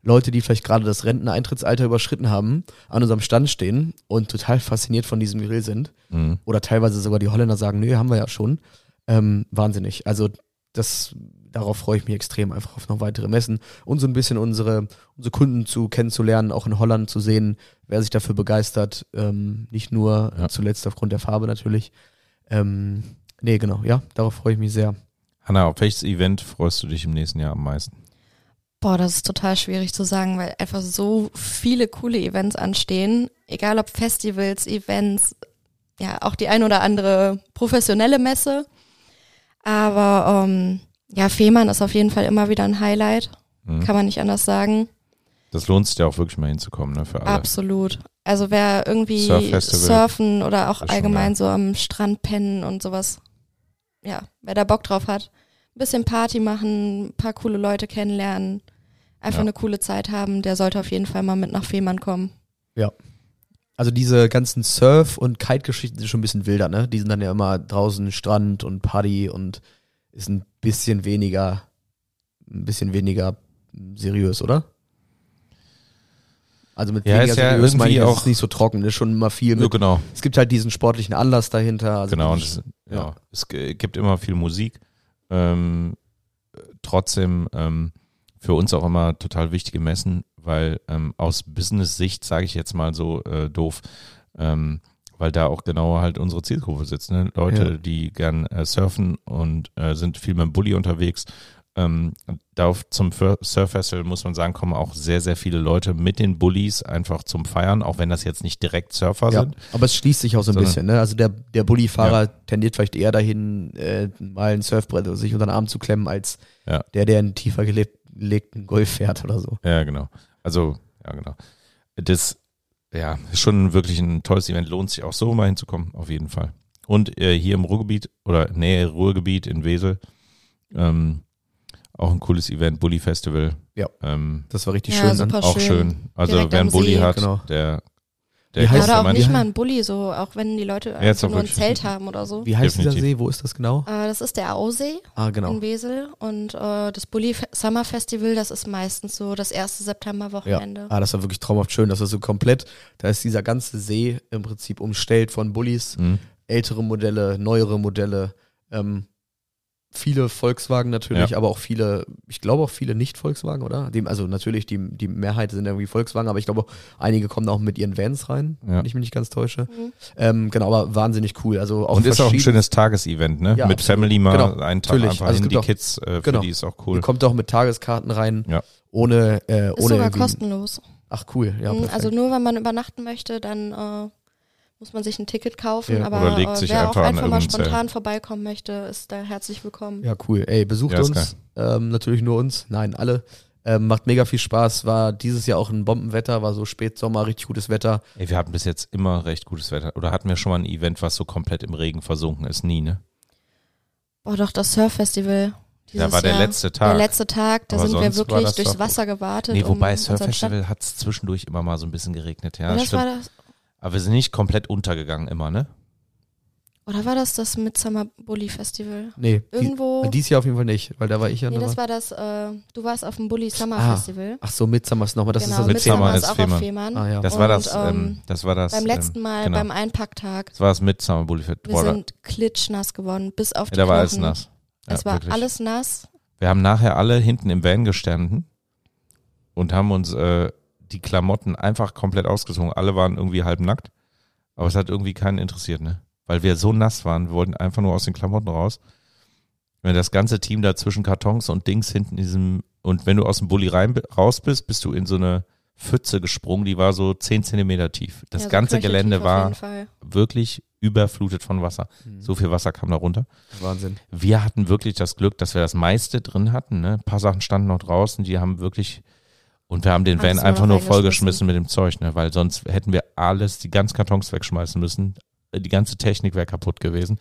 Speaker 2: Leute, die vielleicht gerade das Renteneintrittsalter überschritten haben, an unserem Stand stehen und total fasziniert von diesem Grill sind
Speaker 1: Mhm.
Speaker 2: oder teilweise sogar die Holländer sagen, nee, haben wir ja schon. Ähm, wahnsinnig. Also das, darauf freue ich mich extrem, einfach auf noch weitere Messen und so ein bisschen unsere, unsere Kunden zu kennenzulernen, auch in Holland zu sehen, wer sich dafür begeistert. Ähm, nicht nur
Speaker 1: Ja.
Speaker 2: zuletzt aufgrund der Farbe natürlich. Ähm, nee, genau, ja, darauf freue ich mich sehr.
Speaker 1: Hanna, auf welches Event freust du dich im nächsten Jahr am meisten?
Speaker 3: Boah, das ist total schwierig zu sagen, weil einfach so viele coole Events anstehen. Egal ob Festivals, Events, ja, auch die ein oder andere professionelle Messe. Aber ähm, ja, Fehmarn ist auf jeden Fall immer wieder ein Highlight.
Speaker 1: Mhm.
Speaker 3: Kann man nicht anders sagen.
Speaker 1: Das lohnt sich ja auch wirklich mal hinzukommen, ne, für alle.
Speaker 3: Absolut. Also wer irgendwie
Speaker 1: Surf-Festival.
Speaker 3: surfen oder auch
Speaker 1: Ist schon
Speaker 3: allgemein so am Strand pennen und sowas, ja, wer da Bock drauf hat, ein bisschen Party machen, ein paar coole Leute kennenlernen, einfach
Speaker 1: Ja.
Speaker 3: eine coole Zeit haben, der sollte auf jeden Fall mal mit nach Fehmarn kommen.
Speaker 2: Also diese ganzen Surf- und Kite-Geschichten sind schon ein bisschen wilder, ne? Die sind dann ja immer draußen Strand und Party und ist ein bisschen weniger, ein bisschen weniger seriös, oder? Also mit
Speaker 1: Ja, ist ja irgendwie
Speaker 2: dass
Speaker 1: auch-
Speaker 2: es nicht so trocken, ist schon immer viel
Speaker 1: Ja,
Speaker 2: mit,
Speaker 1: genau,
Speaker 2: Es gibt halt diesen sportlichen Anlass dahinter. Also
Speaker 1: genau. Und
Speaker 2: dieses-
Speaker 1: es, ja.
Speaker 2: ja.
Speaker 1: es g- gibt immer viel Musik. Ähm, trotzdem ähm, für uns auch immer total wichtige Messen, weil ähm, aus Business-Sicht sage ich jetzt mal so äh, doof, ähm, weil da auch genau halt unsere Zielgruppe sitzt. Ne? Leute,
Speaker 2: Ja.
Speaker 1: die gern äh, surfen und äh, sind viel mit dem Bulli unterwegs. Ähm, da auf, zum Fir- Surf Festival muss man sagen, kommen auch sehr, sehr viele Leute mit den Bullies einfach zum Feiern, auch wenn das jetzt nicht direkt Surfer
Speaker 2: ja,
Speaker 1: sind.
Speaker 2: aber es schließt sich auch so ein
Speaker 1: Sondern-
Speaker 2: bisschen, ne? Also der, der Bullifahrer tendiert vielleicht eher dahin, äh, mal ein Surfbrett oder sich unter den Arm zu klemmen, als
Speaker 1: Ja.
Speaker 2: der, der einen tiefer gelebt- gelegten Golf fährt oder so.
Speaker 1: Ja, genau. Also, ja, genau. Das, ja, ist schon wirklich ein tolles Event. Lohnt sich auch so mal hinzukommen, auf jeden Fall. Und äh, hier im Ruhrgebiet oder Nähe Ruhrgebiet in Wesel, ähm, auch ein cooles Event, Bully Festival.
Speaker 2: Ja.
Speaker 1: Ähm,
Speaker 2: Das war richtig
Speaker 3: Ja,
Speaker 2: schön.
Speaker 3: super.
Speaker 2: ne?
Speaker 3: War
Speaker 1: auch schön.
Speaker 3: schön.
Speaker 1: Also,
Speaker 3: Direkt
Speaker 1: wer
Speaker 3: am
Speaker 1: einen Bully
Speaker 3: See.
Speaker 1: hat,
Speaker 2: Genau.
Speaker 1: der, der ist
Speaker 2: Wie heißt der
Speaker 3: Oder auch
Speaker 2: Mann?
Speaker 1: vermeintlich-
Speaker 2: Ja.
Speaker 3: nicht mal ein Bulli, so auch wenn die Leute
Speaker 1: Ja, jetzt
Speaker 3: einfach
Speaker 1: auch
Speaker 3: nur ein
Speaker 1: wirklich.
Speaker 3: Zelt haben oder so.
Speaker 2: Wie heißt dieser
Speaker 1: Definitiv.
Speaker 2: See? Wo ist das genau?
Speaker 3: Äh, das ist der Aussee
Speaker 2: Ah, genau.
Speaker 3: in Wesel und äh, das Bulli Fe- Summer Festival, das ist meistens so das erste
Speaker 2: Ja.
Speaker 3: Septemberwochenende.
Speaker 2: Ah, das war wirklich traumhaft schön. Das ist so komplett, da ist dieser ganze See im Prinzip umstellt von Bullis,
Speaker 1: Mhm.
Speaker 2: ältere Modelle, neuere Modelle, ähm, viele Volkswagen natürlich,
Speaker 1: Ja.
Speaker 2: aber auch viele, ich glaube auch viele Nicht-Volkswagen, oder? Dem, also natürlich, die, die Mehrheit sind irgendwie Volkswagen, aber ich glaube, auch einige kommen auch mit ihren Vans rein,
Speaker 1: Ja.
Speaker 2: wenn ich mich nicht ganz täusche.
Speaker 3: Mhm.
Speaker 2: Ähm, genau, aber wahnsinnig cool. Also auch
Speaker 1: Und ist auch ein
Speaker 2: verschieden-
Speaker 1: schönes Tagesevent, ne?
Speaker 2: Ja,
Speaker 1: Mit
Speaker 2: absolut.
Speaker 1: Family mal
Speaker 2: Genau,
Speaker 1: einen Tag
Speaker 2: natürlich.
Speaker 1: einfach
Speaker 2: Also es
Speaker 1: hin.
Speaker 2: gibt
Speaker 1: Die
Speaker 2: auch-
Speaker 1: Kids, äh, für
Speaker 2: genau.
Speaker 1: die ist auch
Speaker 2: Ihr
Speaker 1: cool.
Speaker 2: kommt auch mit Tageskarten rein,
Speaker 1: Ja.
Speaker 2: ohne, äh,
Speaker 3: Ist
Speaker 2: ohne
Speaker 3: sogar
Speaker 2: irgendwie-
Speaker 3: kostenlos.
Speaker 2: Ach cool, ja.
Speaker 3: Mm,
Speaker 2: perfekt.
Speaker 3: also nur wenn man übernachten möchte, dann äh, muss man sich ein Ticket kaufen.
Speaker 2: Ja.
Speaker 3: Aber
Speaker 1: Oder legt
Speaker 3: äh,
Speaker 1: sich
Speaker 3: wer
Speaker 1: einfach
Speaker 3: auch
Speaker 1: an
Speaker 3: einfach mal
Speaker 1: irgendein Zelt.
Speaker 3: spontan vorbeikommen möchte, ist da herzlich willkommen.
Speaker 2: Ja, cool. Ey, besucht
Speaker 1: Ja, ist
Speaker 2: uns. Ähm, natürlich nur uns. Nein, alle. Ähm, macht mega viel Spaß. War dieses Jahr auch ein Bombenwetter, war so Spätsommer, richtig gutes Wetter.
Speaker 1: Ey, wir hatten bis jetzt immer recht gutes Wetter. Oder hatten wir schon mal ein Event, was so komplett im Regen versunken ist? Nie, ne?
Speaker 3: Boah, Oh doch, das Surf-Festival.
Speaker 1: Da
Speaker 3: dieses
Speaker 1: war der
Speaker 3: Jahr.
Speaker 1: letzte Tag.
Speaker 3: Der letzte Tag, da
Speaker 1: Aber
Speaker 3: sind wir
Speaker 1: sonst war
Speaker 3: wirklich
Speaker 1: das
Speaker 3: durchs
Speaker 1: doch-
Speaker 3: Wasser gewartet.
Speaker 1: nee, wobei
Speaker 3: um unseren Stadt-
Speaker 1: Surf-Festival hat es zwischendurch immer mal so ein bisschen geregnet. Ja,
Speaker 3: oder, das war
Speaker 1: stimmt.
Speaker 3: das,
Speaker 1: Aber wir sind nicht komplett untergegangen immer, ne?
Speaker 3: oder war das das Midsummer Bully Festival?
Speaker 2: Nee, die, äh,
Speaker 3: Irgendwo.
Speaker 2: dieses Jahr auf jeden Fall nicht, weil da war ich ja
Speaker 3: nee,
Speaker 2: nur
Speaker 3: das
Speaker 2: mal-
Speaker 3: war das, äh, du warst auf dem Bully Summer
Speaker 2: Ah,
Speaker 3: Festival.
Speaker 2: Ach so, Midsummer ist nochmal, das
Speaker 3: genau,
Speaker 2: ist das
Speaker 1: mit Midsummer
Speaker 3: Midsummer
Speaker 1: ist
Speaker 3: ist auch
Speaker 1: Fehmarn.
Speaker 3: auf Fehmarn.
Speaker 2: Ah ja.
Speaker 1: Das war
Speaker 3: Und,
Speaker 1: das, ähm,
Speaker 3: ähm,
Speaker 1: das war das.
Speaker 3: beim letzten
Speaker 1: ähm,
Speaker 3: Mal,
Speaker 1: genau.
Speaker 3: beim Einpacktag.
Speaker 1: Das war das mit Summer Bully Fit.
Speaker 3: Wir
Speaker 1: Boah, da, ja,
Speaker 3: sind klitschnass geworden, bis auf die
Speaker 1: da war alles
Speaker 3: Knochen.
Speaker 1: nass. Ja,
Speaker 3: es war
Speaker 1: wirklich.
Speaker 3: alles nass.
Speaker 1: Wir haben nachher alle hinten im Van gestanden und haben uns äh, die Klamotten einfach komplett ausgezogen. Alle waren irgendwie halbnackt, aber es hat irgendwie keinen interessiert, ne? Weil wir so nass waren, wir wollten einfach nur aus den Klamotten raus. Wenn das ganze Team da zwischen Kartons und Dings hinten in diesem und wenn du aus dem Bulli rein, raus bist, bist du in so eine Pfütze gesprungen, die war so 10 Zentimeter tief. Das
Speaker 3: Ja, so
Speaker 1: ganze
Speaker 3: knöcheltief
Speaker 1: Gelände
Speaker 3: auf
Speaker 1: war
Speaker 3: jeden Fall.
Speaker 1: wirklich überflutet von Wasser.
Speaker 2: Mhm.
Speaker 1: So viel Wasser kam da runter.
Speaker 2: Hm. Wahnsinn.
Speaker 1: Wir hatten wirklich das Glück, dass wir das meiste drin hatten. Ne? Ein paar Sachen standen noch draußen, die haben wirklich. Und wir haben den
Speaker 3: Alles
Speaker 1: Van
Speaker 3: nur
Speaker 1: einfach
Speaker 3: noch
Speaker 1: nur
Speaker 3: reingeschmissen.
Speaker 1: vollgeschmissen mit dem Zeug, ne? weil sonst hätten wir alles, die ganzen Kartons wegschmeißen müssen. Äh, Die ganze Technik wäre kaputt gewesen.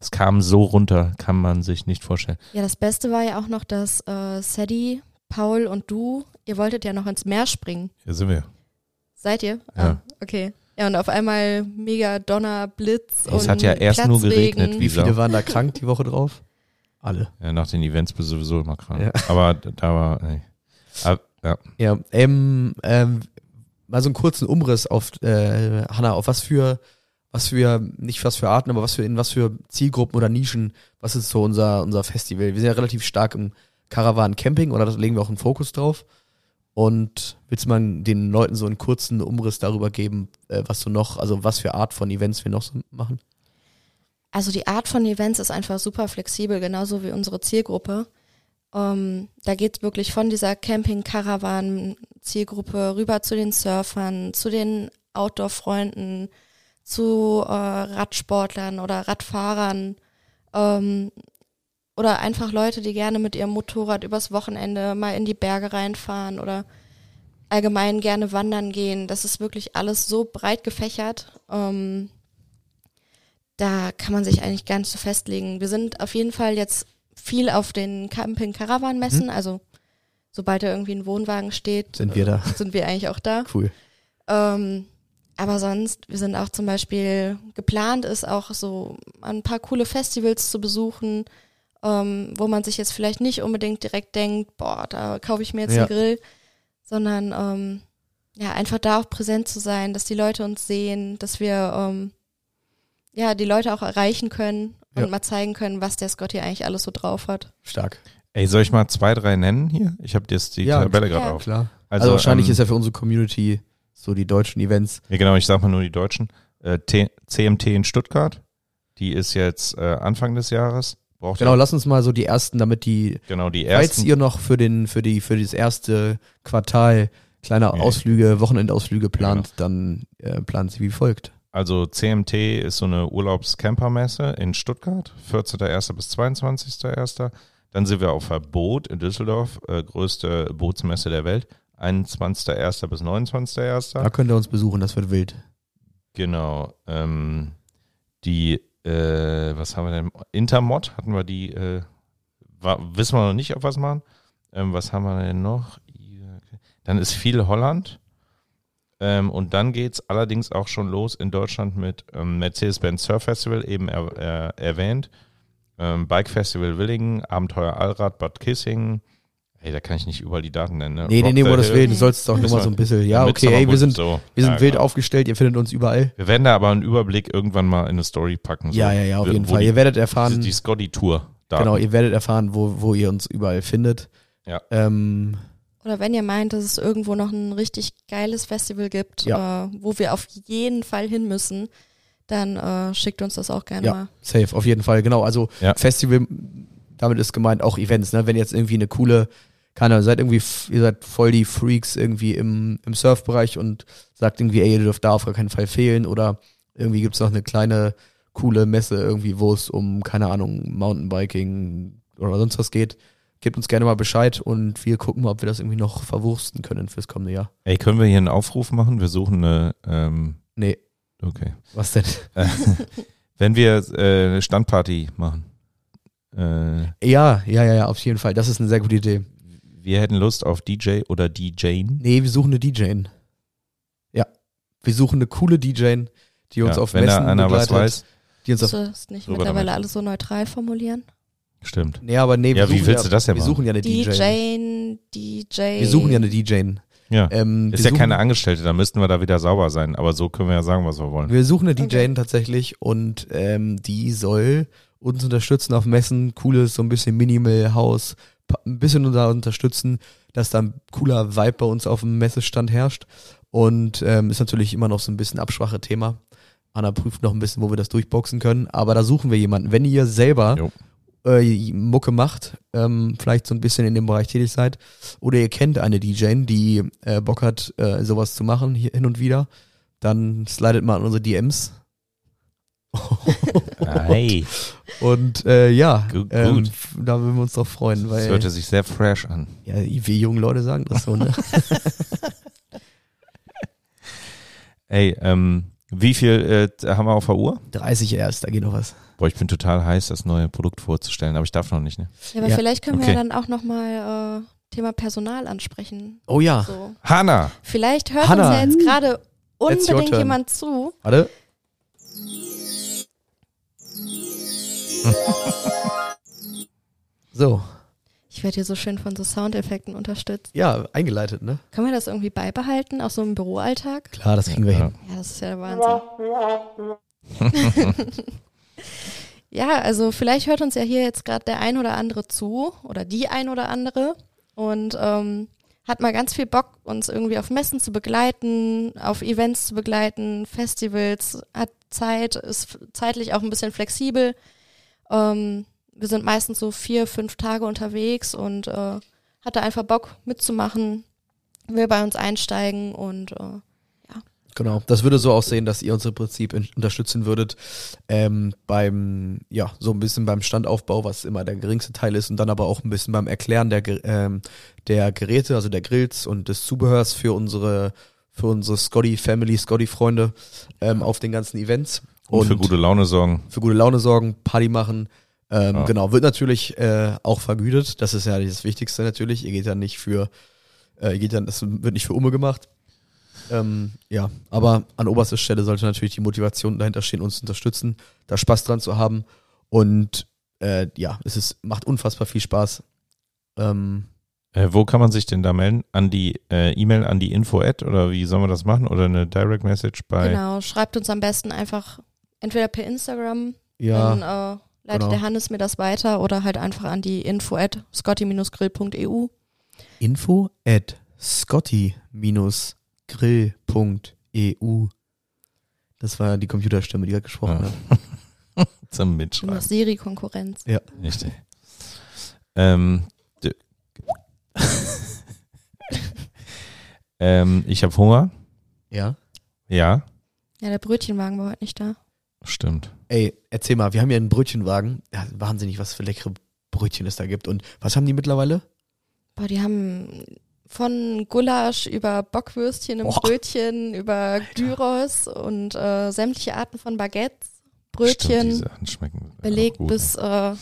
Speaker 1: Es kam so runter, kann man sich nicht vorstellen.
Speaker 3: Ja, das Beste war ja auch noch, dass äh, Sadie, Paul und du, ihr wolltet ja noch ins Meer springen.
Speaker 1: Hier sind wir.
Speaker 3: Seid ihr?
Speaker 1: Ja.
Speaker 3: Ah, okay. Ja, und auf einmal mega Donner, Blitz und
Speaker 1: Es hat ja erst nur
Speaker 3: Platzregen.
Speaker 1: geregnet,
Speaker 2: Wie
Speaker 1: Lisa.
Speaker 2: viele waren da krank die Woche drauf? Alle.
Speaker 1: Ja, nach den Events bist du sowieso immer krank.
Speaker 2: Ja.
Speaker 1: Aber da war. Ey. Aber, ja.
Speaker 2: Ja, ähm, ähm, mal so einen kurzen Umriss auf, äh, Hanna, auf was für, was für, nicht was für Arten, aber was für, in was für Zielgruppen oder Nischen, was ist so unser, unser Festival? Wir sind ja relativ stark im Caravan-Camping oder da legen wir auch einen Fokus drauf. Und willst du mal den Leuten so einen kurzen Umriss darüber geben, äh, was du noch, also was für Art von Events wir noch so machen?
Speaker 3: Also die Art von Events ist einfach super flexibel, genauso wie unsere Zielgruppe. Ähm, da geht's wirklich von dieser Camping-Caravan-Zielgruppe rüber zu den Surfern, zu den Outdoor-Freunden, zu äh, Radsportlern oder Radfahrern ähm, oder einfach Leute, die gerne mit ihrem Motorrad übers Wochenende mal in die Berge reinfahren oder allgemein gerne wandern gehen. Das ist wirklich alles so breit gefächert. Ähm, da kann man sich eigentlich gar nicht so festlegen. Wir sind auf jeden Fall jetzt viel auf den Camping-Caravan-Messen, also sobald da irgendwie ein Wohnwagen steht,
Speaker 2: Mhm. Sind wir da.
Speaker 3: äh, sind wir eigentlich auch da.
Speaker 2: Cool.
Speaker 3: Ähm, aber sonst, wir sind auch zum Beispiel geplant, ist auch so ein paar coole Festivals zu besuchen, ähm, wo man sich jetzt vielleicht nicht unbedingt direkt denkt, boah, da kaufe ich mir jetzt
Speaker 2: Ja.
Speaker 3: einen Grill, sondern ähm, ja, einfach da auch präsent zu sein, dass die Leute uns sehen, dass wir ähm, ja die Leute auch erreichen können und
Speaker 2: Ja.
Speaker 3: mal zeigen können, was der Scott hier eigentlich alles so drauf hat.
Speaker 2: Stark.
Speaker 1: Ey, soll ich mal zwei, drei nennen hier? Ich habe jetzt die
Speaker 2: Ja,
Speaker 1: Tabelle gerade
Speaker 3: ja,
Speaker 1: auf.
Speaker 2: Klar. Also, wahrscheinlich
Speaker 1: ähm,
Speaker 2: ist ja für unsere Community so die deutschen Events.
Speaker 1: Ja, genau, ich sag mal nur die Deutschen. Äh, T CMT in Stuttgart, die ist jetzt äh, Anfang des Jahres. Braucht
Speaker 2: Genau,
Speaker 1: ja
Speaker 2: lass uns mal so die ersten, damit die
Speaker 1: genau die
Speaker 2: Falls
Speaker 1: ersten.
Speaker 2: ihr noch für, den, für, die, für das erste Quartal kleine
Speaker 1: Ja.
Speaker 2: Ausflüge, Wochenendausflüge plant,
Speaker 1: Genau.
Speaker 2: dann äh, plant sie wie folgt.
Speaker 1: Also CMT ist so eine Urlaubscampermesse in Stuttgart, 14.01. bis 22.01. Dann sind wir auf der Boot in Düsseldorf, äh, größte Bootsmesse der Welt, 21.01. bis 29.01.
Speaker 2: Da könnt ihr uns besuchen, das wird wild.
Speaker 1: Genau. Ähm, die, äh, was haben wir denn? Intermod hatten wir die, äh, war, wissen wir noch nicht, ob wir es machen. Ähm, was haben wir denn noch? Ja, okay. Dann ist viel Holland. Ähm, und dann geht's allerdings auch schon los in Deutschland mit ähm, Mercedes-Benz Surf Festival, eben er, er, erwähnt. Ähm, Bike Festival Willingen, Abenteuer Allrad, Bad Kissingen. Ey, da kann ich nicht überall die Daten nennen. Ne?
Speaker 2: Nee, nee,
Speaker 1: Rock
Speaker 2: nee,
Speaker 1: the
Speaker 2: wo das
Speaker 1: Hill,
Speaker 2: will, du sollst doch nur
Speaker 1: Müssen
Speaker 2: mal
Speaker 1: wir-
Speaker 2: so ein bisschen. Ja, okay,
Speaker 1: Midsommar
Speaker 2: ey, wir
Speaker 1: Bush,
Speaker 2: sind,
Speaker 1: so.
Speaker 2: wir sind
Speaker 1: Ja,
Speaker 2: wild
Speaker 1: genau.
Speaker 2: aufgestellt, ihr findet uns überall.
Speaker 1: Wir werden da aber einen Überblick irgendwann mal in eine Story packen. So,
Speaker 2: ja, ja, ja, auf
Speaker 1: wo
Speaker 2: jeden
Speaker 1: Also die-
Speaker 2: Fall. Ihr werdet
Speaker 1: Die,
Speaker 2: erfahren,
Speaker 1: die Scotty-Tour. da.
Speaker 2: genau, ihr werdet erfahren, wo, wo ihr uns überall findet.
Speaker 1: Ja.
Speaker 2: Ähm,
Speaker 3: Oder wenn ihr meint, dass es irgendwo noch ein richtig geiles Festival gibt, äh, wo wir auf jeden Fall hin müssen, dann äh, schickt uns das auch gerne
Speaker 2: Ja.
Speaker 3: mal.
Speaker 2: Safe, auf jeden Fall, genau. Also
Speaker 1: Ja.
Speaker 2: Festival, damit ist gemeint auch Events, ne? Wenn jetzt irgendwie eine coole, keine Ahnung, seid irgendwie, f- ihr seid voll die Freaks irgendwie im, im Surfbereich und sagt irgendwie, ey, ihr dürft da auf gar keinen Fall fehlen oder irgendwie gibt's noch eine kleine, coole Messe irgendwie, wo es um, keine Ahnung, Mountainbiking oder sonst was geht, Gebt uns gerne mal Bescheid und wir gucken mal, ob wir das irgendwie noch verwursten können fürs kommende Jahr.
Speaker 1: Ey, können wir hier einen Aufruf machen? Wir suchen eine, ähm,
Speaker 2: Nee,
Speaker 1: okay.
Speaker 2: was denn?
Speaker 1: Wenn wir äh, eine Standparty machen, äh,
Speaker 2: Ja, ja, ja, ja, auf jeden Fall. Das ist eine sehr gute Idee.
Speaker 1: wir hätten Lust auf DJ oder DJing.
Speaker 2: Nee, wir suchen eine DJin. Ja. Wir suchen eine coole DJin, die uns
Speaker 1: Ja,
Speaker 2: auf
Speaker 1: wenn
Speaker 2: Messen
Speaker 1: da einer was
Speaker 2: begleitet.
Speaker 1: weiß,
Speaker 2: Die uns
Speaker 3: Musst
Speaker 2: auf,
Speaker 3: du es nicht
Speaker 1: Rüber
Speaker 3: mittlerweile
Speaker 1: damit.
Speaker 3: alles so neutral formulieren?
Speaker 1: stimmt.
Speaker 2: nee, aber nee, wir
Speaker 1: Ja, wie
Speaker 2: suchen
Speaker 1: willst du das denn
Speaker 2: Wir
Speaker 1: machen?
Speaker 2: suchen ja eine DJ.
Speaker 3: DJ, DJ.
Speaker 2: Wir suchen ja eine DJin.
Speaker 1: Ja.
Speaker 2: Ähm,
Speaker 1: Ist
Speaker 2: wir
Speaker 1: ja
Speaker 2: suchen,
Speaker 1: keine Angestellte, da müssten wir da wieder sauber sein, aber so können wir ja sagen, was wir wollen.
Speaker 2: Wir suchen eine
Speaker 3: Okay.
Speaker 2: DJin tatsächlich und ähm, die soll uns unterstützen auf Messen, cooles, so ein bisschen Minimal House, pa- ein bisschen da unterstützen, dass da ein cooler Vibe bei uns auf dem Messestand herrscht. Und ähm, ist natürlich immer noch so ein bisschen abschwache Thema. Anna prüft noch ein bisschen, wo wir das durchboxen können, aber da suchen wir jemanden. Wenn ihr selber
Speaker 1: Jo.
Speaker 2: äh, Mucke macht, ähm, vielleicht so ein bisschen in dem Bereich tätig seid, oder ihr kennt eine DJin, die äh, Bock hat, äh, sowas zu machen, hier hin und wieder, dann slidet mal an unsere DMs.
Speaker 1: Ah, Ei,
Speaker 2: Und äh, ja,
Speaker 1: Gu-
Speaker 2: ähm,
Speaker 1: gut.
Speaker 2: f- da würden wir uns doch freuen,
Speaker 1: das
Speaker 2: weil
Speaker 1: hörte sich sehr fresh an.
Speaker 2: ja, wir jungen Leute sagen das so, ne?
Speaker 1: Ey, ähm, wie viel äh, haben wir auf der Uhr?
Speaker 2: 30 erst, da geht noch was.
Speaker 1: Boah, ich bin total heiß, das neue Produkt vorzustellen, aber ich darf noch nicht, ne?
Speaker 3: Ja, aber
Speaker 2: Ja.
Speaker 3: vielleicht können wir ja
Speaker 1: Okay.
Speaker 3: dann auch nochmal äh, Thema Personal ansprechen.
Speaker 2: Oh ja,
Speaker 3: So.
Speaker 1: Hanna!
Speaker 3: Vielleicht hört
Speaker 2: Hannah.
Speaker 3: uns ja jetzt gerade
Speaker 2: It's your
Speaker 3: unbedingt
Speaker 2: turn.
Speaker 3: jemand zu.
Speaker 2: warte. so,
Speaker 3: Ich werde hier so schön von so Soundeffekten unterstützt.
Speaker 2: ja, eingeleitet, ne?
Speaker 3: Können wir das irgendwie beibehalten, auch so im Büroalltag?
Speaker 2: Klar, das kriegen wir
Speaker 1: Ja.
Speaker 2: hin.
Speaker 3: Ja, das ist ja der Wahnsinn. ja, also vielleicht hört uns ja hier jetzt gerade der ein oder andere zu oder die ein oder andere und ähm, hat mal ganz viel Bock, uns irgendwie auf Messen zu begleiten, auf Events zu begleiten, Festivals, hat Zeit, ist f- zeitlich auch ein bisschen flexibel. Ähm, wir sind meistens so vier, fünf Tage unterwegs und äh, hat da einfach Bock mitzumachen, will bei uns einsteigen und äh,
Speaker 2: Genau, das würde so aussehen, dass ihr uns im Prinzip in, unterstützen würdet ähm, beim, ja, so ein bisschen beim Standaufbau, was immer der geringste Teil ist und dann aber auch ein bisschen beim Erklären der, Ge- ähm, der Geräte, also der Grills und des Zubehörs für unsere, für unsere Scotty-Family, Scotty-Freunde ähm, auf den ganzen Events.
Speaker 1: Und, für gute Laune sorgen.
Speaker 2: für gute Laune sorgen, Party machen. Ähm,
Speaker 1: Ja.
Speaker 2: Genau, wird natürlich äh, auch vergütet. Das ist ja das Wichtigste natürlich. Ihr geht dann nicht für, äh, ihr geht dann, das wird nicht für Umme gemacht. Ähm, ja, aber an oberster Stelle sollte natürlich die Motivation dahinter stehen, uns zu unterstützen, da Spaß dran zu haben. Und äh, ja, es ist, macht unfassbar viel Spaß. Ähm,
Speaker 1: Äh, wo kann man sich denn da melden? An die äh, E-Mail, an die Info-Ad oder wie sollen wir das machen? Oder eine Direct Message bei.
Speaker 3: Genau, schreibt uns am besten einfach entweder per Instagram,
Speaker 2: ja,
Speaker 3: dann äh, leitet
Speaker 2: genau.
Speaker 3: der Hannes mir das weiter oder halt einfach an die info at E scotty-grill.eu.
Speaker 2: info at scotty-grill.eu. E Das war die Computerstimme, die gerade gesprochen
Speaker 1: Ja.
Speaker 2: hat.
Speaker 1: Zum
Speaker 3: Schon noch
Speaker 1: Mitschreiben.
Speaker 3: Siri-Konkurrenz.
Speaker 1: Richtig. Ähm, d- ähm, ich habe Hunger.
Speaker 2: Ja.
Speaker 1: Ja,
Speaker 3: Ja, der Brötchenwagen war heute nicht da.
Speaker 1: stimmt.
Speaker 2: Ey, erzähl mal, wir haben ja einen Brötchenwagen. Ja, wahnsinnig, was für leckere Brötchen es da gibt. Und was haben die mittlerweile?
Speaker 3: Boah, die haben von Gulasch über Bockwürstchen im
Speaker 2: Boah.
Speaker 3: Brötchen, über Gyros und äh, sämtliche Arten von Baguettes, Brötchen,
Speaker 1: Stimmt, diese anschmecken. auch
Speaker 3: belegt
Speaker 1: gut.
Speaker 3: bis äh,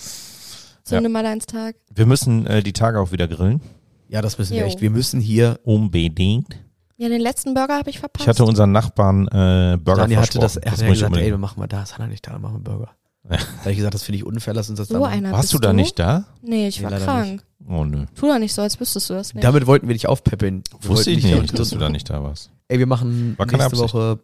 Speaker 3: zum
Speaker 1: Ja.
Speaker 3: Nimmerleinstag.
Speaker 1: Wir müssen äh, die Tage auch wieder grillen.
Speaker 2: Ja, das müssen wir
Speaker 3: Jo.
Speaker 2: echt. Wir müssen hier.
Speaker 1: Unbedingt.
Speaker 3: Ja, den letzten Burger habe ich verpasst.
Speaker 1: Ich hatte unseren Nachbarn äh, Burger
Speaker 2: Dani hatte das,
Speaker 1: versprochen.
Speaker 2: er hat ja
Speaker 1: muss ich
Speaker 2: gesagt, ey,
Speaker 1: unbedingt-
Speaker 2: wir machen mal das. Hat er nicht da, dann machen wir Burger.
Speaker 1: Ja.
Speaker 2: Da habe ich gesagt, das finde ich unfair, lass uns das dann
Speaker 3: so
Speaker 2: machen.
Speaker 3: einer
Speaker 1: Warst
Speaker 3: bist
Speaker 1: Ah, du da nicht da?
Speaker 3: Nee, ich
Speaker 2: Nee,
Speaker 3: war
Speaker 2: leider
Speaker 3: krank.
Speaker 1: Oh nö.
Speaker 3: Tu doch nicht so, als wüsstest du das nicht.
Speaker 2: Damit wollten wir dich aufpäppeln. Wir
Speaker 1: Wusste
Speaker 2: wollten
Speaker 1: ich
Speaker 2: dich
Speaker 1: nicht,
Speaker 2: damit-
Speaker 1: dass du da nicht da warst.
Speaker 2: Ey, wir machen
Speaker 1: War keine
Speaker 2: nächste
Speaker 1: Absicht.
Speaker 2: Woche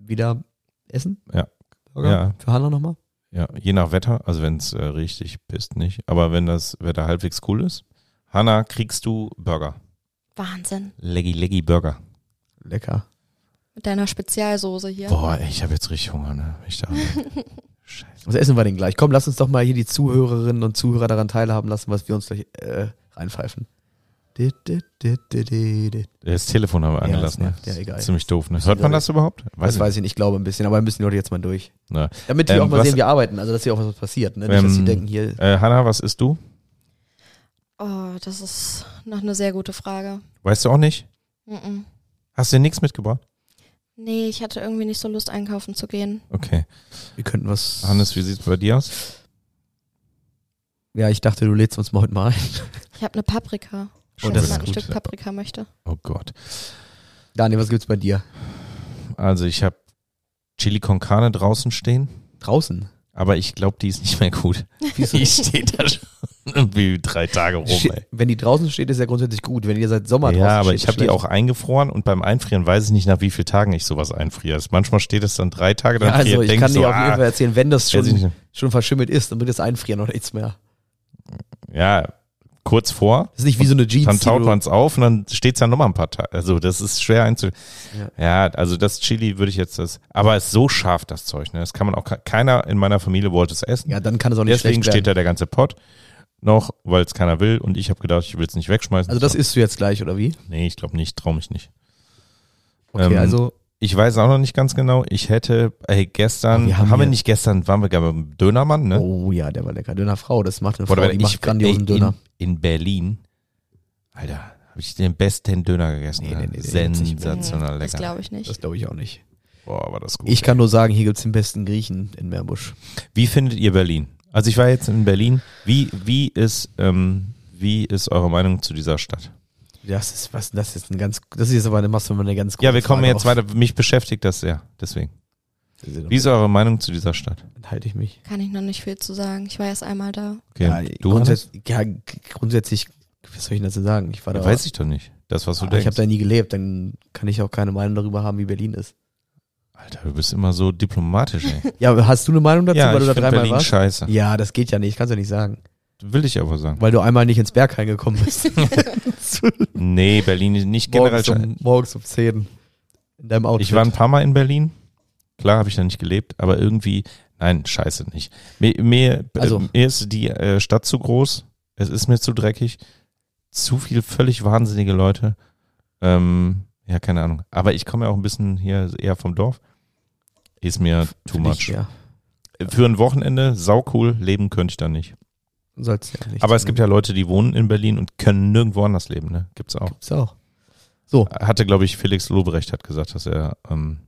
Speaker 2: wieder Essen.
Speaker 1: Ja.
Speaker 2: Burger?
Speaker 1: Ja.
Speaker 2: Für Hanna nochmal.
Speaker 1: Ja, je nach Wetter, also wenn es äh, richtig pisst, nicht. Aber wenn das Wetter halbwegs cool ist. Hanna, kriegst du Burger.
Speaker 3: Wahnsinn.
Speaker 1: Leggy, leggy Burger.
Speaker 2: Lecker.
Speaker 3: Mit deiner Spezialsoße hier.
Speaker 1: Boah, ey, ich habe jetzt richtig Hunger, ne? Ich da Scheiße.
Speaker 2: Was essen wir denn gleich? Komm, lass uns doch mal hier die Zuhörerinnen und Zuhörer daran teilhaben lassen, was wir uns gleich äh, reinpfeifen. Di- di- di- di- di- di.
Speaker 1: Das Telefon haben wir
Speaker 2: Ja,
Speaker 1: angelassen, ne?
Speaker 2: das nervt. Ja, egal.
Speaker 1: Ziemlich doof, ne? Hört man das überhaupt?
Speaker 2: Das
Speaker 1: ich
Speaker 2: weiß ich nicht, ich glaube ein bisschen, aber wir müssen die Leute jetzt mal durch.
Speaker 1: Na.
Speaker 2: Damit wir
Speaker 1: Ähm,
Speaker 2: auch mal
Speaker 1: was-
Speaker 2: sehen, wie wir arbeiten, also dass hier auch was passiert. Ne? Nicht, dass sie
Speaker 1: Ähm,
Speaker 2: denken, hier
Speaker 1: Äh, Hanna, was isst du?
Speaker 3: Oh, das ist noch eine sehr gute Frage.
Speaker 1: Weißt du auch nicht?
Speaker 3: Mm-mm.
Speaker 1: Hast du dir nichts mitgebracht?
Speaker 3: Nee, ich hatte irgendwie nicht so Lust, einkaufen zu gehen.
Speaker 1: Okay.
Speaker 2: Wir könnten was.
Speaker 1: Hannes, wie sieht's bei dir aus?
Speaker 2: Ja, ich dachte, du lädst uns mal heute mal ein.
Speaker 3: Ich habe eine Paprika.
Speaker 1: Oh,
Speaker 3: Falls
Speaker 1: das
Speaker 3: man
Speaker 1: ist
Speaker 3: ein
Speaker 1: gut.
Speaker 3: Stück Paprika möchte.
Speaker 1: Oh Gott.
Speaker 2: Daniel, was gibt's bei dir?
Speaker 1: Also ich habe Chili con Carne draußen stehen,
Speaker 2: Draußen.
Speaker 1: aber ich glaube, die ist nicht mehr gut.
Speaker 2: Wieso?
Speaker 1: Die steht da schon irgendwie drei Tage rum,
Speaker 2: Ste-
Speaker 1: ey.
Speaker 2: Wenn die draußen steht, ist ja grundsätzlich gut. Wenn die seit Sommer draußen
Speaker 1: Oh, Ja, aber
Speaker 2: steht,
Speaker 1: ich
Speaker 2: ist
Speaker 1: habe die
Speaker 2: schlecht.
Speaker 1: auch eingefroren und beim Einfrieren weiß ich nicht, nach wie vielen Tagen ich sowas einfriere. Also Manchmal steht es dann drei Tage, dann
Speaker 2: Ja, also ich
Speaker 1: denk
Speaker 2: kann
Speaker 1: so,
Speaker 2: dir auf jeden
Speaker 1: ah,
Speaker 2: Fall erzählen, wenn das
Speaker 1: weiß ich
Speaker 2: schon,
Speaker 1: nicht.
Speaker 2: schon verschimmelt ist, dann wird das Einfrieren noch nichts mehr.
Speaker 1: ja, kurz vor,
Speaker 2: Das ist nicht wie so eine Jeans.
Speaker 1: dann
Speaker 2: die
Speaker 1: taut
Speaker 2: du-
Speaker 1: man es auf und dann steht es ja nochmal ein paar Tage. Also das ist schwer einzu. Ja. also das Chili würde ich jetzt das. Aber es ist so scharf, das Zeug. Ne? Das kann man auch. Keiner in meiner Familie wollte es essen.
Speaker 2: Ja, dann kann es auch nicht
Speaker 1: Deswegen
Speaker 2: schlecht
Speaker 1: steht
Speaker 2: werden.
Speaker 1: da der ganze Pott noch, weil es keiner will. Und ich habe gedacht, ich will es nicht wegschmeißen.
Speaker 2: Also das isst du jetzt gleich, oder wie?
Speaker 1: nee, ich glaube nicht, traue mich nicht.
Speaker 2: Okay,
Speaker 1: Ähm,
Speaker 2: also
Speaker 1: Ich weiß auch noch nicht ganz genau. Ich hätte, ey, gestern,
Speaker 2: Wir haben
Speaker 1: haben, wir
Speaker 2: hier-
Speaker 1: nicht gestern, waren wir gerade beim Dönermann, ne?
Speaker 2: Oh ja, der war lecker. Döner Frau, das macht eine
Speaker 1: Oder
Speaker 2: Frau,
Speaker 1: wenn
Speaker 2: die macht grandiosen
Speaker 1: ey,
Speaker 2: Döner.
Speaker 1: In, in Berlin, Alter, habe ich den besten Döner gegessen.
Speaker 2: Nee,
Speaker 1: ne?
Speaker 2: nee, nee, den hat's nicht
Speaker 1: Sensationell
Speaker 3: Das
Speaker 1: lecker.
Speaker 3: glaube ich nicht.
Speaker 2: Das glaube ich auch nicht.
Speaker 1: Boah, war das gut.
Speaker 2: Ich kann nur sagen, hier gibt's den besten Griechen in Meerbusch.
Speaker 1: wie findet ihr Berlin? Also ich war jetzt in Berlin. Wie, wie ist, ähm, wie ist eure Meinung zu dieser Stadt?
Speaker 2: Das ist was, das ist ein ganz, das ist jetzt aber eine Masse, wenn man eine ganz
Speaker 1: Ja, wir
Speaker 2: große
Speaker 1: kommen
Speaker 2: Frage
Speaker 1: jetzt
Speaker 2: auf-
Speaker 1: weiter. Mich beschäftigt das sehr. Deswegen.
Speaker 2: Dann
Speaker 1: Wie ist eure Meinung zu dieser Stadt?
Speaker 2: enthalte ich mich.
Speaker 3: Kann ich noch nicht viel zu sagen. Ich war erst einmal da.
Speaker 1: Okay.
Speaker 2: ja,
Speaker 1: du Hannes?
Speaker 2: grundsätzlich, ja, g- grundsätzlich, was soll ich denn dazu sagen? Ich war da, Ah,
Speaker 1: Ja, Weiß ich doch nicht. Das, was du
Speaker 2: ich
Speaker 1: denkst.
Speaker 2: habe da nie gelebt, dann kann ich auch keine Meinung darüber haben, wie Berlin ist.
Speaker 1: Alter, du bist immer so diplomatisch, ey.
Speaker 2: Ja, aber hast du eine Meinung dazu,
Speaker 1: ja, ich
Speaker 2: weil du da
Speaker 1: find
Speaker 2: dreimal
Speaker 1: Berlin
Speaker 2: warst?
Speaker 1: scheiße.
Speaker 2: Ja, das geht ja nicht, kannst ja nicht sagen,
Speaker 1: Will ich aber sagen.
Speaker 2: weil du einmal nicht ins Berg reingekommen bist.
Speaker 1: Nee, Berlin ist nicht generell
Speaker 2: morgens,
Speaker 1: scheiße.
Speaker 2: um, morgens um 10 in deinem Auto.
Speaker 1: Ich war ein paar Mal in Berlin. Klar habe ich da nicht gelebt, aber irgendwie, nein, scheiße nicht. Mir, mir,
Speaker 2: Also-
Speaker 1: äh, mir ist die äh, Stadt zu groß. Es ist mir zu dreckig. Zu viel völlig wahnsinnige Leute. Ähm, ja, keine Ahnung. Aber ich komme ja auch ein bisschen hier eher vom Dorf. Ist mir too much.
Speaker 2: Ja,
Speaker 1: Für ein Wochenende, saucool, leben könnte ich da nicht.
Speaker 2: soll's ja nicht.
Speaker 1: Aber es gibt ja Leute, die wohnen in Berlin und können nirgendwo anders leben, ne? Gibt's auch.
Speaker 2: Gibt's auch.
Speaker 1: Hatte, glaube ich, Felix Lobrecht hat gesagt, dass er ähm,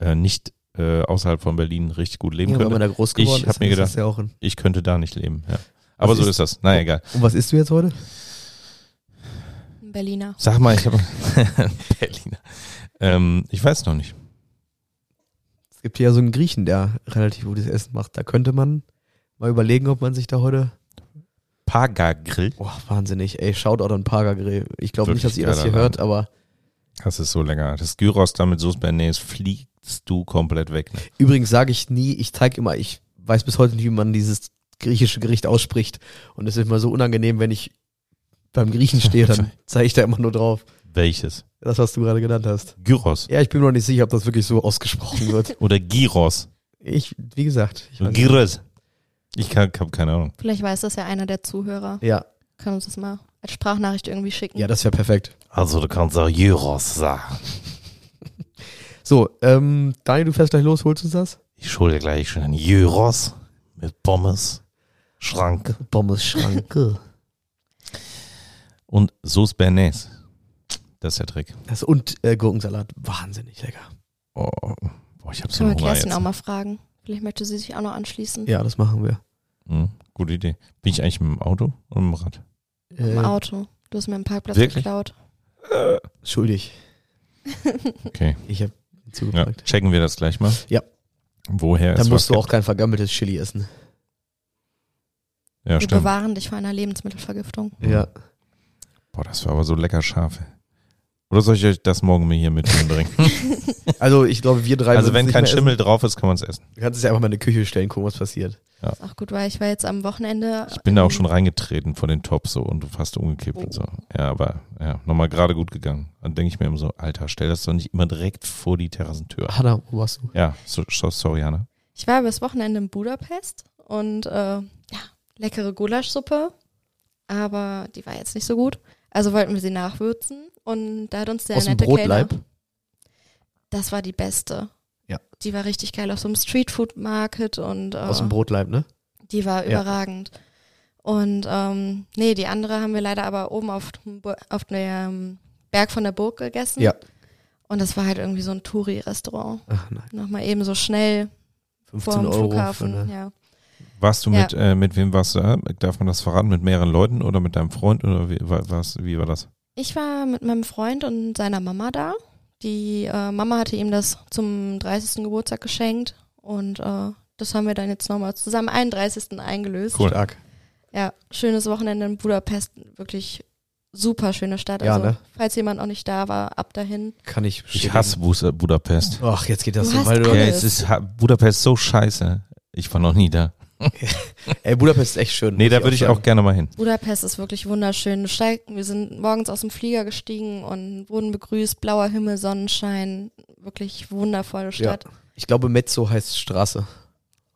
Speaker 1: äh, nicht äh, außerhalb von Berlin richtig gut leben
Speaker 2: Ja, wenn man
Speaker 1: könnte.
Speaker 2: da groß
Speaker 1: Ich
Speaker 2: geworden
Speaker 1: hab
Speaker 2: ist,
Speaker 1: mir
Speaker 2: dann
Speaker 1: gedacht-
Speaker 2: ist das ja auch ein
Speaker 1: Ich könnte da nicht leben, ja. Aber
Speaker 2: Was
Speaker 1: so
Speaker 2: ist-
Speaker 1: ist das. Na, egal.
Speaker 2: Und was isst du jetzt heute?
Speaker 3: Ein Berliner.
Speaker 1: Sag mal, ich habe Berliner. Ähm, ich weiß noch nicht.
Speaker 2: Es gibt hier ja so einen Griechen, der relativ gutes Essen macht. Da könnte man mal überlegen, ob man sich da heute.
Speaker 1: Paga-Grill.
Speaker 2: Boah, wahnsinnig, ey. Shoutout an Pagagre. Ich glaube
Speaker 1: Wirklich
Speaker 2: nicht, dass ihr das
Speaker 1: geiler
Speaker 2: hier hört, aber
Speaker 1: Das ist so lecker. Das Gyros da mit Soße Bernays fliegst du komplett weg. Ne?
Speaker 2: übrigens sage ich nie, ich zeige immer, ich weiß bis heute nicht, wie man dieses griechische Gericht ausspricht. Und es ist immer so unangenehm, wenn ich beim Griechen stehe, dann zeige ich da immer nur drauf.
Speaker 1: Welches?
Speaker 2: Das, was du gerade genannt hast.
Speaker 1: Gyros.
Speaker 2: Ja, ich bin mir noch nicht sicher, ob das wirklich so ausgesprochen wird.
Speaker 1: Oder Gyros.
Speaker 2: Ich, wie gesagt, ich weiß nicht.
Speaker 1: Gyros. Ich kann- hab keine Ahnung.
Speaker 3: Vielleicht weiß das ja einer der Zuhörer.
Speaker 2: ja,
Speaker 3: Kann uns das mal als Sprachnachricht irgendwie schicken.
Speaker 2: ja, das wäre perfekt.
Speaker 1: Also du kannst auch Gyros sagen.
Speaker 2: So, ähm, Daniel, du fährst gleich los, holst uns das?
Speaker 1: Ich schulde dir gleich schon einen Gyros mit Pommes, Schrank
Speaker 2: Pommes Schranke.
Speaker 1: und Sauce Bernays. Das ist der Trick.
Speaker 2: Das und äh, Gurkensalat, wahnsinnig lecker.
Speaker 1: Oh, boah, ich habe so
Speaker 3: Können wir
Speaker 1: einen Hunger
Speaker 3: Kerstin
Speaker 1: jetzt.
Speaker 3: auch mal fragen. Vielleicht möchte sie sich auch noch anschließen.
Speaker 2: Ja, das machen wir.
Speaker 1: Hm, gute Idee. Bin ich eigentlich mit dem Auto oder mit dem Rad?
Speaker 3: Im
Speaker 2: Äh,
Speaker 3: Auto. Du hast mir einen Parkplatz
Speaker 1: Wirklich?
Speaker 3: geklaut. Äh,
Speaker 2: schuldig.
Speaker 1: Okay,
Speaker 2: Ich habe
Speaker 1: ja,
Speaker 2: zugefragt.
Speaker 1: checken wir das gleich mal.
Speaker 2: Ja.
Speaker 1: Woher
Speaker 2: Dann
Speaker 1: es
Speaker 2: musst
Speaker 1: was
Speaker 2: du auch kein vergammeltes Chili essen.
Speaker 1: gibt. Ja,
Speaker 3: Wir
Speaker 1: stimmt.
Speaker 3: bewahren dich vor einer Lebensmittelvergiftung.
Speaker 1: Mhm.
Speaker 2: Ja.
Speaker 1: Boah, das war aber so lecker scharf. ey. Oder soll ich euch das morgen mir hier mit hinbringen?
Speaker 2: Also ich glaube, wir drei.
Speaker 1: also
Speaker 2: würden's
Speaker 1: wenn
Speaker 2: nicht
Speaker 1: kein
Speaker 2: mehr essen.
Speaker 1: Schimmel drauf ist, kann man es essen.
Speaker 2: Du kannst es ja einfach mal in die Küche stellen, gucken, was passiert.
Speaker 3: Ist auch gut, weil ich war jetzt am Wochenende. ähm,
Speaker 1: Ich bin da auch
Speaker 3: in-
Speaker 1: schon reingetreten von den Tops so und fast umgekippt und so. Ja, aber ja, nochmal gerade gut gegangen. Dann denke ich mir immer so, Alter, stell das doch nicht immer direkt vor die Terrassentür.
Speaker 2: Hanna, wo warst du?
Speaker 1: Ja, so, so, sorry, Hanna.
Speaker 3: Ich war übers Wochenende in Budapest und äh, ja, leckere Gulaschsuppe, aber die war jetzt nicht so gut. Also wollten wir sie nachwürzen und da hat uns der
Speaker 2: Aus dem
Speaker 3: nette
Speaker 2: Brotleib.
Speaker 3: Kellner. Das war die beste.
Speaker 2: Ja.
Speaker 3: Die war richtig geil auf so einem Streetfood Market und äh,
Speaker 2: Aus dem Brotleib, ne?
Speaker 3: die war
Speaker 2: Ja.
Speaker 3: überragend. Und ähm, nee, die andere haben wir leider aber oben auf dem Bu- auf dem Berg von der Burg gegessen.
Speaker 2: Ja.
Speaker 3: Und das war halt irgendwie so ein Touri-Restaurant.
Speaker 2: Ach nein.
Speaker 3: Nochmal eben so schnell vor
Speaker 2: 15
Speaker 3: dem
Speaker 2: Euro.
Speaker 3: Flughafen.
Speaker 2: Für eine,
Speaker 3: ja.
Speaker 1: Warst du
Speaker 3: Ja.
Speaker 1: mit, äh, mit wem warst du da? Darf man das verraten? Mit mehreren Leuten oder mit deinem Freund oder wie, wa- was, wie war das?
Speaker 3: Ich war mit meinem Freund und seiner Mama da. Die äh, Mama hatte ihm das zum 30. Geburtstag geschenkt und äh, das haben wir dann jetzt nochmal zusammen am 31. eingelöst.
Speaker 1: Cool.
Speaker 2: Stark.
Speaker 3: Ja, schönes Wochenende in Budapest, wirklich super schöne Stadt.
Speaker 2: Ja,
Speaker 3: Also,
Speaker 2: ne?
Speaker 3: falls jemand noch nicht da war, ab dahin.
Speaker 2: Kann ich
Speaker 1: Ich
Speaker 2: bestätigen.
Speaker 1: hasse Bus- äh, Budapest.
Speaker 2: Ach, jetzt geht das
Speaker 3: Du
Speaker 2: so, weil
Speaker 3: hast
Speaker 1: Ja,
Speaker 2: du.
Speaker 3: Alles.
Speaker 1: es ist ha- Budapest so scheiße. Ich war noch nie da.
Speaker 2: Ey, Budapest ist echt schön.
Speaker 1: Nee,
Speaker 2: muss
Speaker 1: da würde ich
Speaker 2: sagen.
Speaker 1: auch gerne mal hin.
Speaker 3: Budapest ist wirklich wunderschön. Du steig- Wir sind morgens aus dem Flieger gestiegen und wurden begrüßt. Blauer Himmel, Sonnenschein, wirklich wundervolle Stadt.
Speaker 2: Ich glaube, Mezzo heißt Straße.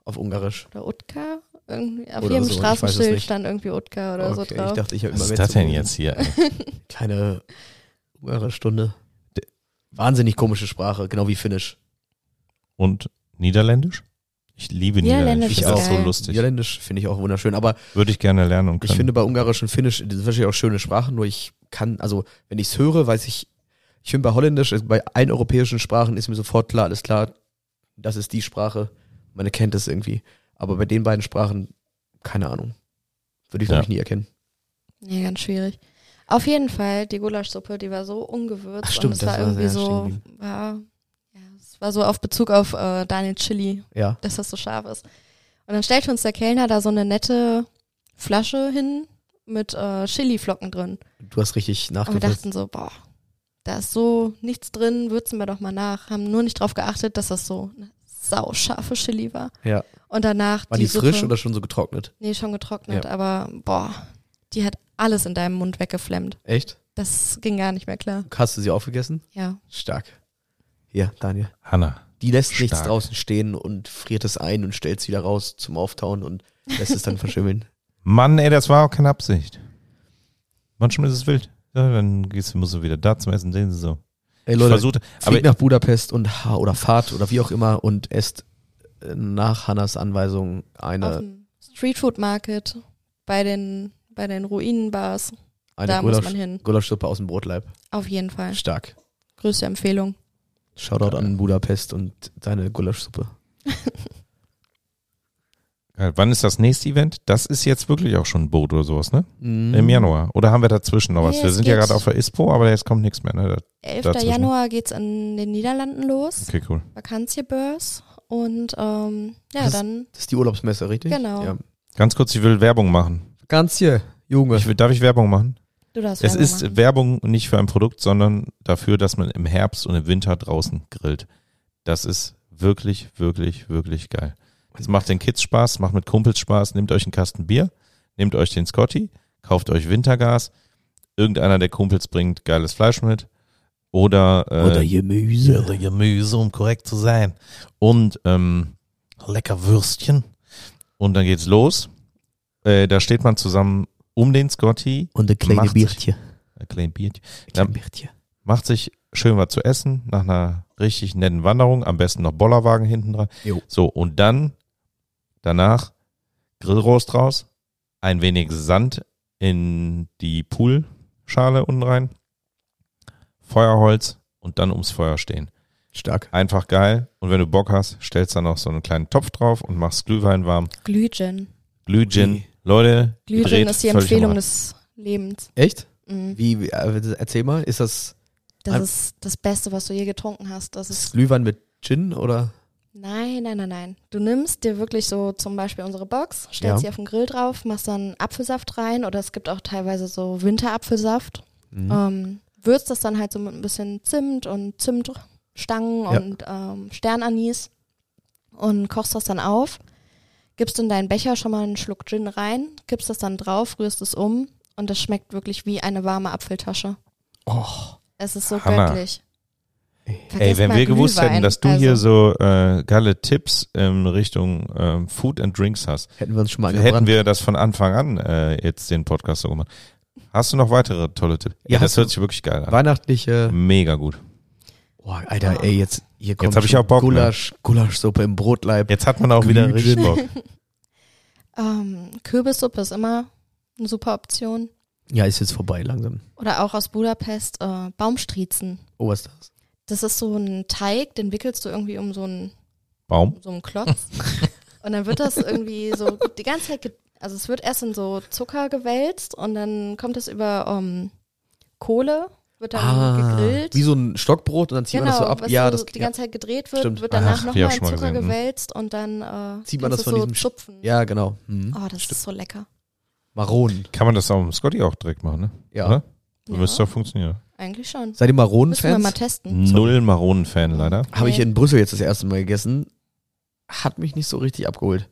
Speaker 2: Auf Ungarisch.
Speaker 3: Oder Utka? Irgendwie, auf
Speaker 2: Oder
Speaker 3: jedem
Speaker 2: so, ich weiß es
Speaker 3: Straßenschild
Speaker 2: nicht.
Speaker 3: stand irgendwie Utka oder so
Speaker 2: Okay,
Speaker 3: drauf.
Speaker 2: Ich dachte, ich habe immer
Speaker 1: Was ist
Speaker 2: Mezzo
Speaker 1: das denn
Speaker 2: gelesen.
Speaker 1: jetzt hier? ey?
Speaker 2: Kleine Ungarische-Stunde. Wahnsinnig komische Sprache, genau wie Finnisch.
Speaker 1: Und Niederländisch? Ich liebe
Speaker 3: Niederländisch
Speaker 1: Niederländisch. Ich
Speaker 2: ist
Speaker 1: finde das
Speaker 3: auch
Speaker 1: so
Speaker 3: geil.
Speaker 1: lustig.
Speaker 2: Niederländisch finde ich auch wunderschön, aber
Speaker 1: Würde ich gerne lernen und
Speaker 2: Ich
Speaker 1: können.
Speaker 2: finde bei Ungarisch und Finnisch, das sind wahrscheinlich auch schöne Sprachen, nur ich kann, also wenn ich es höre, weiß ich, ich finde bei Holländisch, also bei allen europäischen Sprachen ist mir sofort klar, alles klar, das ist die Sprache, man erkennt es irgendwie. Aber bei den beiden Sprachen, keine Ahnung. Würde ich,
Speaker 1: Ja.
Speaker 2: glaube ich, nie erkennen.
Speaker 3: Nee, ganz schwierig. Auf jeden Fall, die Gulaschsuppe, die war so ungewürzt
Speaker 2: Ach, stimmt,
Speaker 3: und es
Speaker 2: das
Speaker 3: war
Speaker 2: war
Speaker 3: irgendwie
Speaker 2: sehr
Speaker 3: so,
Speaker 2: stehen
Speaker 3: war, ja, es war so auf Bezug auf äh, Daniel Chili,
Speaker 2: Ja.
Speaker 3: dass das so scharf ist. Und dann stellte uns der Kellner da so eine nette Flasche hin mit äh, Chiliflocken drin.
Speaker 2: Du hast richtig
Speaker 3: Und wir
Speaker 2: nachgedacht.
Speaker 3: dachten so, boah, da ist so nichts drin, würzen wir doch mal nach. Haben nur nicht drauf geachtet, dass das so eine sauscharfe Chili war.
Speaker 2: Ja.
Speaker 3: Und danach
Speaker 2: War die,
Speaker 3: die Suppe,
Speaker 2: frisch oder schon so getrocknet?
Speaker 3: Nee, schon getrocknet,
Speaker 2: Ja.
Speaker 3: aber boah, die hat alles in deinem Mund weggeflemmt.
Speaker 2: Echt?
Speaker 3: Das ging gar nicht mehr klar.
Speaker 2: Hast du sie aufgegessen?
Speaker 3: Ja.
Speaker 2: Stark. Ja, Daniel.
Speaker 1: Hanna.
Speaker 2: Die lässt
Speaker 1: Stark.
Speaker 2: nichts draußen stehen und friert es ein und stellt es wieder raus zum Auftauen und lässt es dann verschimmeln.
Speaker 1: Mann, ey, das war auch keine Absicht. Manchmal ist es wild. Ja, dann gehst du, musst du wieder da zum Essen, sehen sie so.
Speaker 2: Ey,
Speaker 1: Ich versuchte, aber
Speaker 2: Fliegt nach Budapest und ha- oder fahrt oder wie auch immer und esst äh, nach Hannas Anweisung
Speaker 3: Auf
Speaker 2: eine,
Speaker 3: dem Streetfood Market, bei den, bei den Ruinenbars,
Speaker 2: eine
Speaker 3: da muss man
Speaker 2: Gulasch,
Speaker 3: hin.
Speaker 2: Gulaschsuppe aus dem Brotleib.
Speaker 3: Auf jeden Fall.
Speaker 2: Stark.
Speaker 3: Größte Empfehlung.
Speaker 2: Shoutout
Speaker 1: Geil.
Speaker 2: an Budapest und deine Gulaschsuppe.
Speaker 1: Geil. wann ist das nächste Event? Das ist jetzt wirklich auch schon ein Boot oder sowas, ne?
Speaker 2: Mm.
Speaker 1: Im Januar. Oder haben wir dazwischen noch was?
Speaker 3: Nee,
Speaker 1: wir
Speaker 3: es
Speaker 1: sind ja
Speaker 3: geht.
Speaker 1: gerade auf der ISPO, aber jetzt kommt nichts mehr. Ne?
Speaker 3: 11.
Speaker 1: Dazwischen.
Speaker 3: Januar geht's in den Niederlanden los.
Speaker 1: Okay, cool.
Speaker 3: Vakantiebörs. Und ähm, ja,
Speaker 2: Das-
Speaker 3: dann
Speaker 2: Das ist die Urlaubsmesse, richtig?
Speaker 3: Genau.
Speaker 2: Ja.
Speaker 1: Ganz kurz, ich will Werbung machen.
Speaker 2: Ganz hier, Junge.
Speaker 1: Ich will, darf ich Werbung machen?
Speaker 3: du darfst
Speaker 1: Es
Speaker 3: Werbung
Speaker 1: ist
Speaker 3: machen.
Speaker 1: Werbung nicht für ein Produkt, sondern dafür, dass man im Herbst und im Winter draußen grillt. Das ist wirklich, wirklich, wirklich geil. Es macht den Kids Spaß, macht mit Kumpels Spaß, nehmt euch einen Kasten Bier, nehmt euch den Scotty, kauft euch Wintergas, irgendeiner der Kumpels bringt geiles Fleisch mit oder, äh,
Speaker 2: oder Gemüse.
Speaker 1: oder Gemüse, um korrekt zu sein. Und ähm, lecker Würstchen. Und dann geht's los. Äh, da steht man zusammen um den Scotty,
Speaker 2: Und eine kleine
Speaker 1: Macht-
Speaker 2: Biertje.
Speaker 1: ein kleines Bierchen,
Speaker 2: Eine kleine Biertje.
Speaker 1: macht sich schön was zu essen nach einer richtig netten Wanderung, am besten noch Bollerwagen hinten dran.
Speaker 2: Jo.
Speaker 1: So, und dann danach Grillrost raus, ein wenig Sand in die Poolschale unten rein, Feuerholz und dann ums Feuer stehen.
Speaker 2: Stark.
Speaker 1: Einfach geil. Und wenn du Bock hast, stellst dann noch so einen kleinen Topf drauf und machst Glühwein warm.
Speaker 3: Glühgin.
Speaker 1: Glühgin.
Speaker 2: Ui.
Speaker 1: Leute, ihr
Speaker 3: Glühgin
Speaker 1: dreht
Speaker 3: ist die
Speaker 1: völlig am
Speaker 3: Empfehlung
Speaker 1: Rad.
Speaker 3: des Lebens.
Speaker 2: Echt?
Speaker 3: Mhm.
Speaker 2: Wie, wie äh, erzähl mal, ist das
Speaker 3: Das
Speaker 2: Ein-
Speaker 3: ist das Beste, was du je getrunken hast. Das ist
Speaker 2: das Glühwein mit Gin oder?
Speaker 3: Nein, nein, nein, nein. Du nimmst dir wirklich so zum Beispiel unsere Box, stellst
Speaker 2: Ja.
Speaker 3: sie auf den Grill drauf, machst dann Apfelsaft rein oder es gibt auch teilweise so Winterapfelsaft.
Speaker 2: Mhm.
Speaker 3: Ähm, würzt das dann halt so mit ein bisschen Zimt und Zimtstangen
Speaker 2: Ja.
Speaker 3: und ähm, Sternanis und kochst das dann auf. Gibst in deinen Becher schon mal einen Schluck Gin rein, kippst das dann drauf, rührst es um und das schmeckt wirklich wie eine warme Apfeltasche.
Speaker 2: Oh.
Speaker 3: Es ist so
Speaker 1: Hammer.
Speaker 3: göttlich.
Speaker 1: Ey,
Speaker 3: Vergesst
Speaker 1: wenn
Speaker 3: mal
Speaker 1: wir gewusst
Speaker 3: Glühwein.
Speaker 1: hätten, dass du
Speaker 3: Also-
Speaker 1: hier so äh, geile Tipps in Richtung ähm, Food and Drinks hast,
Speaker 2: Hätten wir uns schon mal
Speaker 1: hätten
Speaker 2: angebrannt.
Speaker 1: wir das von Anfang an äh, jetzt den Podcast so gemacht. Hast du noch weitere tolle Tipps?
Speaker 2: Ja,
Speaker 1: Ja, das
Speaker 2: hast du-
Speaker 1: hört sich wirklich geil an.
Speaker 2: Weihnachtliche
Speaker 1: Mega gut.
Speaker 2: Boah, Alter, ey, jetzt hier kommt
Speaker 1: hab ich auch Bock, ne?
Speaker 2: Gulasch, Gulaschsuppe im Brotleib.
Speaker 1: Jetzt hat man auch wieder richtig
Speaker 2: Glühwein.
Speaker 1: Bock.
Speaker 3: Ähm, Kürbissuppe ist immer eine super Option.
Speaker 2: Ja, ist jetzt vorbei langsam.
Speaker 3: Oder auch aus Budapest äh, Baumstriezen.
Speaker 2: Oh, was ist das?
Speaker 3: Das ist so ein Teig, den wickelst du irgendwie um so einen,
Speaker 1: Baum?
Speaker 3: um so einen Klotz. und dann wird das irgendwie so die ganze Zeit, ge- also es wird erst in so Zucker gewälzt und dann kommt das über ähm, Kohle, wird dann gegrillt.
Speaker 2: Ah, wie so ein Stockbrot und dann zieht
Speaker 3: genau,
Speaker 2: man das so ab.
Speaker 3: was
Speaker 2: Ja,
Speaker 3: so
Speaker 2: das
Speaker 3: die
Speaker 2: ja.
Speaker 3: ganze Zeit gedreht wird,
Speaker 2: Stimmt.
Speaker 3: wird danach
Speaker 1: Ach,
Speaker 3: nochmal
Speaker 1: ja,
Speaker 3: in
Speaker 1: schon mal
Speaker 3: Zucker
Speaker 1: gesehen, hm.
Speaker 3: gewählst und dann äh,
Speaker 2: ne? Zieht man
Speaker 3: kannst
Speaker 2: das von
Speaker 3: du so
Speaker 2: diesem Sch-
Speaker 3: zupfen.
Speaker 2: ja, genau. Mhm.
Speaker 3: Oh, das ist so lecker.
Speaker 2: Maronen.
Speaker 1: Kann man das auch mit Scotty auch direkt machen, ne?
Speaker 2: Ja.
Speaker 1: Oder?
Speaker 3: Ja,
Speaker 1: Müsste doch funktionieren.
Speaker 3: eigentlich schon.
Speaker 2: Seid ihr
Speaker 3: Müssen wir mal
Speaker 2: Maronen-Fans?
Speaker 3: testen.
Speaker 1: Null Maronen-Fan leider.
Speaker 2: Habe ich
Speaker 3: Nee.
Speaker 2: in Brüssel jetzt das erste Mal gegessen. Hat mich nicht so richtig abgeholt.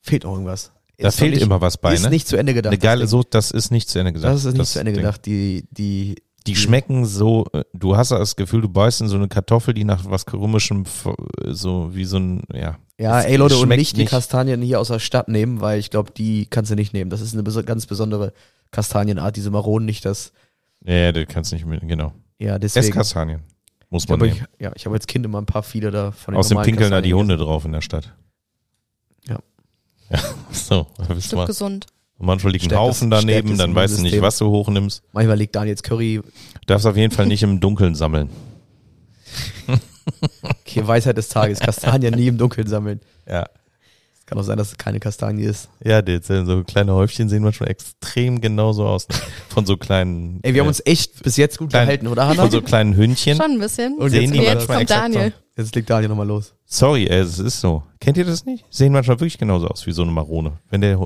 Speaker 2: Fehlt noch irgendwas.
Speaker 1: Da
Speaker 2: Ist noch
Speaker 1: fehlt
Speaker 2: nicht,
Speaker 1: immer was bei,
Speaker 2: Ist
Speaker 1: ne?
Speaker 2: nicht zu Ende gedacht.
Speaker 1: Eine geile
Speaker 2: das
Speaker 1: Soße, das ist nicht zu Ende
Speaker 2: Ding.
Speaker 1: gedacht.
Speaker 2: Das ist nicht zu Ende
Speaker 1: Ding.
Speaker 2: gedacht. Die, die,
Speaker 1: Die schmecken so, äh, du hast das Gefühl, du beißt in so eine Kartoffel, die nach was komischem, f- äh, so wie so ein, ja.
Speaker 2: ja,
Speaker 1: Es
Speaker 2: ey Leute, und
Speaker 1: schmeckt
Speaker 2: nicht die
Speaker 1: nicht.
Speaker 2: Kastanien hier aus der Stadt nehmen, weil ich glaube, die kannst du nicht nehmen. Das ist eine bes ganz besondere Kastanienart, diese Maronen, nicht das.
Speaker 1: Ja, du kannst nicht mit, genau.
Speaker 2: Ja, deswegen.
Speaker 1: Esskastanien muss
Speaker 2: Ich
Speaker 1: man
Speaker 2: habe
Speaker 1: nehmen.
Speaker 2: ich, ja, ich hab als Kind immer ein paar viele da von den
Speaker 1: Außerdem
Speaker 2: normalen
Speaker 1: pinkeln da die
Speaker 2: Kastanien
Speaker 1: Hunde drauf in der Stadt.
Speaker 2: Ja.
Speaker 1: Ja, so, da bist du
Speaker 3: Bestimmt
Speaker 1: mal.
Speaker 3: gesund.
Speaker 1: Und manchmal liegt ein
Speaker 2: Stärkes-
Speaker 1: Haufen daneben,
Speaker 2: stärkes
Speaker 1: dann weißt du nicht,
Speaker 2: Immunsystem.
Speaker 1: was du hochnimmst.
Speaker 2: gegessen. Manchmal liegt Daniels Curry.
Speaker 1: Du darfst auf jeden Fall nicht im Dunkeln sammeln.
Speaker 2: Okay, Weisheit des Tages. Kastanien nie im Dunkeln sammeln.
Speaker 1: Ja.
Speaker 2: Es kann auch sein, dass es keine Kastanie ist.
Speaker 1: Ja, die, äh, so kleine Häufchen sehen manchmal extrem genauso aus. ne? Von so kleinen.
Speaker 2: Ey, wir
Speaker 1: äh,
Speaker 2: haben uns echt bis jetzt gut
Speaker 1: Klein-
Speaker 2: gehalten, oder Hanna?
Speaker 1: von so kleinen Hündchen.
Speaker 3: Schon ein bisschen.
Speaker 2: Und
Speaker 1: sehen
Speaker 2: jetzt
Speaker 1: die
Speaker 2: kommt-
Speaker 1: manchmal
Speaker 3: jetzt kommt
Speaker 1: exakt
Speaker 3: Daniel.
Speaker 1: So.
Speaker 2: Jetzt legt Daniel nochmal los.
Speaker 1: Sorry, ey, es ist so. Kennt ihr das nicht? Sehen manchmal wirklich genauso aus wie so eine Marone. Wenn der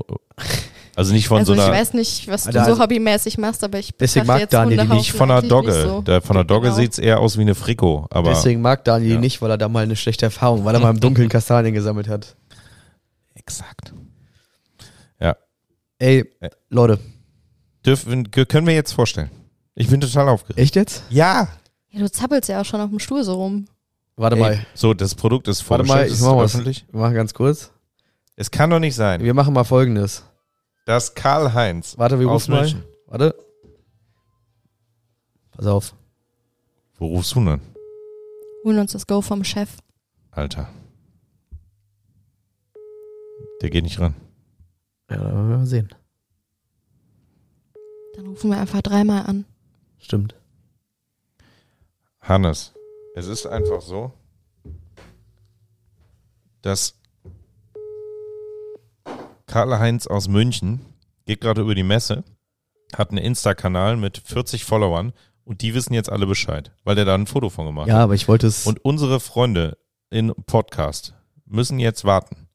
Speaker 1: also nicht von
Speaker 3: Also
Speaker 1: so
Speaker 3: ich
Speaker 1: einer
Speaker 3: weiß nicht, was
Speaker 2: Alter,
Speaker 3: du so
Speaker 2: also-
Speaker 3: hobbymäßig machst, aber ich
Speaker 2: Deswegen
Speaker 3: betrachte
Speaker 2: mag
Speaker 3: jetzt
Speaker 2: Daniel die
Speaker 3: Hundehaufen
Speaker 1: nicht von einer
Speaker 3: eigentlich
Speaker 1: Dogge.
Speaker 3: nicht so.
Speaker 1: da, von der Dogge
Speaker 3: Genau.
Speaker 1: sieht's eher aus wie eine Frikot, aber
Speaker 2: Deswegen mag Daniel
Speaker 1: Ja.
Speaker 2: ihn nicht, weil er da mal eine schlechte Erfahrung, weil er mal im Dunkeln Kastanien gesammelt hat.
Speaker 1: exakt.
Speaker 2: Ey,
Speaker 1: Ey.
Speaker 2: Leute,
Speaker 1: Dürfen, können wir jetzt vorstellen. Ich bin total aufgeregt.
Speaker 2: echt jetzt?
Speaker 1: Ja.
Speaker 3: Ja, du zappelst ja auch schon auf dem Stuhl so rum.
Speaker 2: Warte
Speaker 1: Ey,
Speaker 2: mal,
Speaker 1: So, das Produkt ist
Speaker 2: Warte mal,
Speaker 1: vorgestellt,
Speaker 2: ich
Speaker 1: es ist
Speaker 2: mach mal was.
Speaker 1: öffentlich.
Speaker 2: wir machen ganz kurz.
Speaker 1: Es kann doch nicht sein,
Speaker 2: Wir machen mal folgendes.
Speaker 1: dass Karl-Heinz
Speaker 2: Warte, wir
Speaker 1: aus
Speaker 2: rufen mal.
Speaker 1: München.
Speaker 2: Warte. Pass auf.
Speaker 1: Wo rufst du denn,
Speaker 3: Holen uns das Go vom Chef.
Speaker 1: Alter? Der geht nicht ran.
Speaker 2: Ja, da wollen wir mal sehen.
Speaker 3: Dann rufen wir einfach dreimal an.
Speaker 2: Stimmt.
Speaker 1: Hannes, es ist einfach so, dass Karl-Heinz aus München geht gerade über die Messe, hat einen Insta-Kanal mit 40 Followern und die wissen jetzt alle Bescheid, weil der da ein Foto von gemacht hat.
Speaker 2: Ja, aber ich wollte es.
Speaker 1: Und unsere Freunde in Podcast müssen jetzt warten.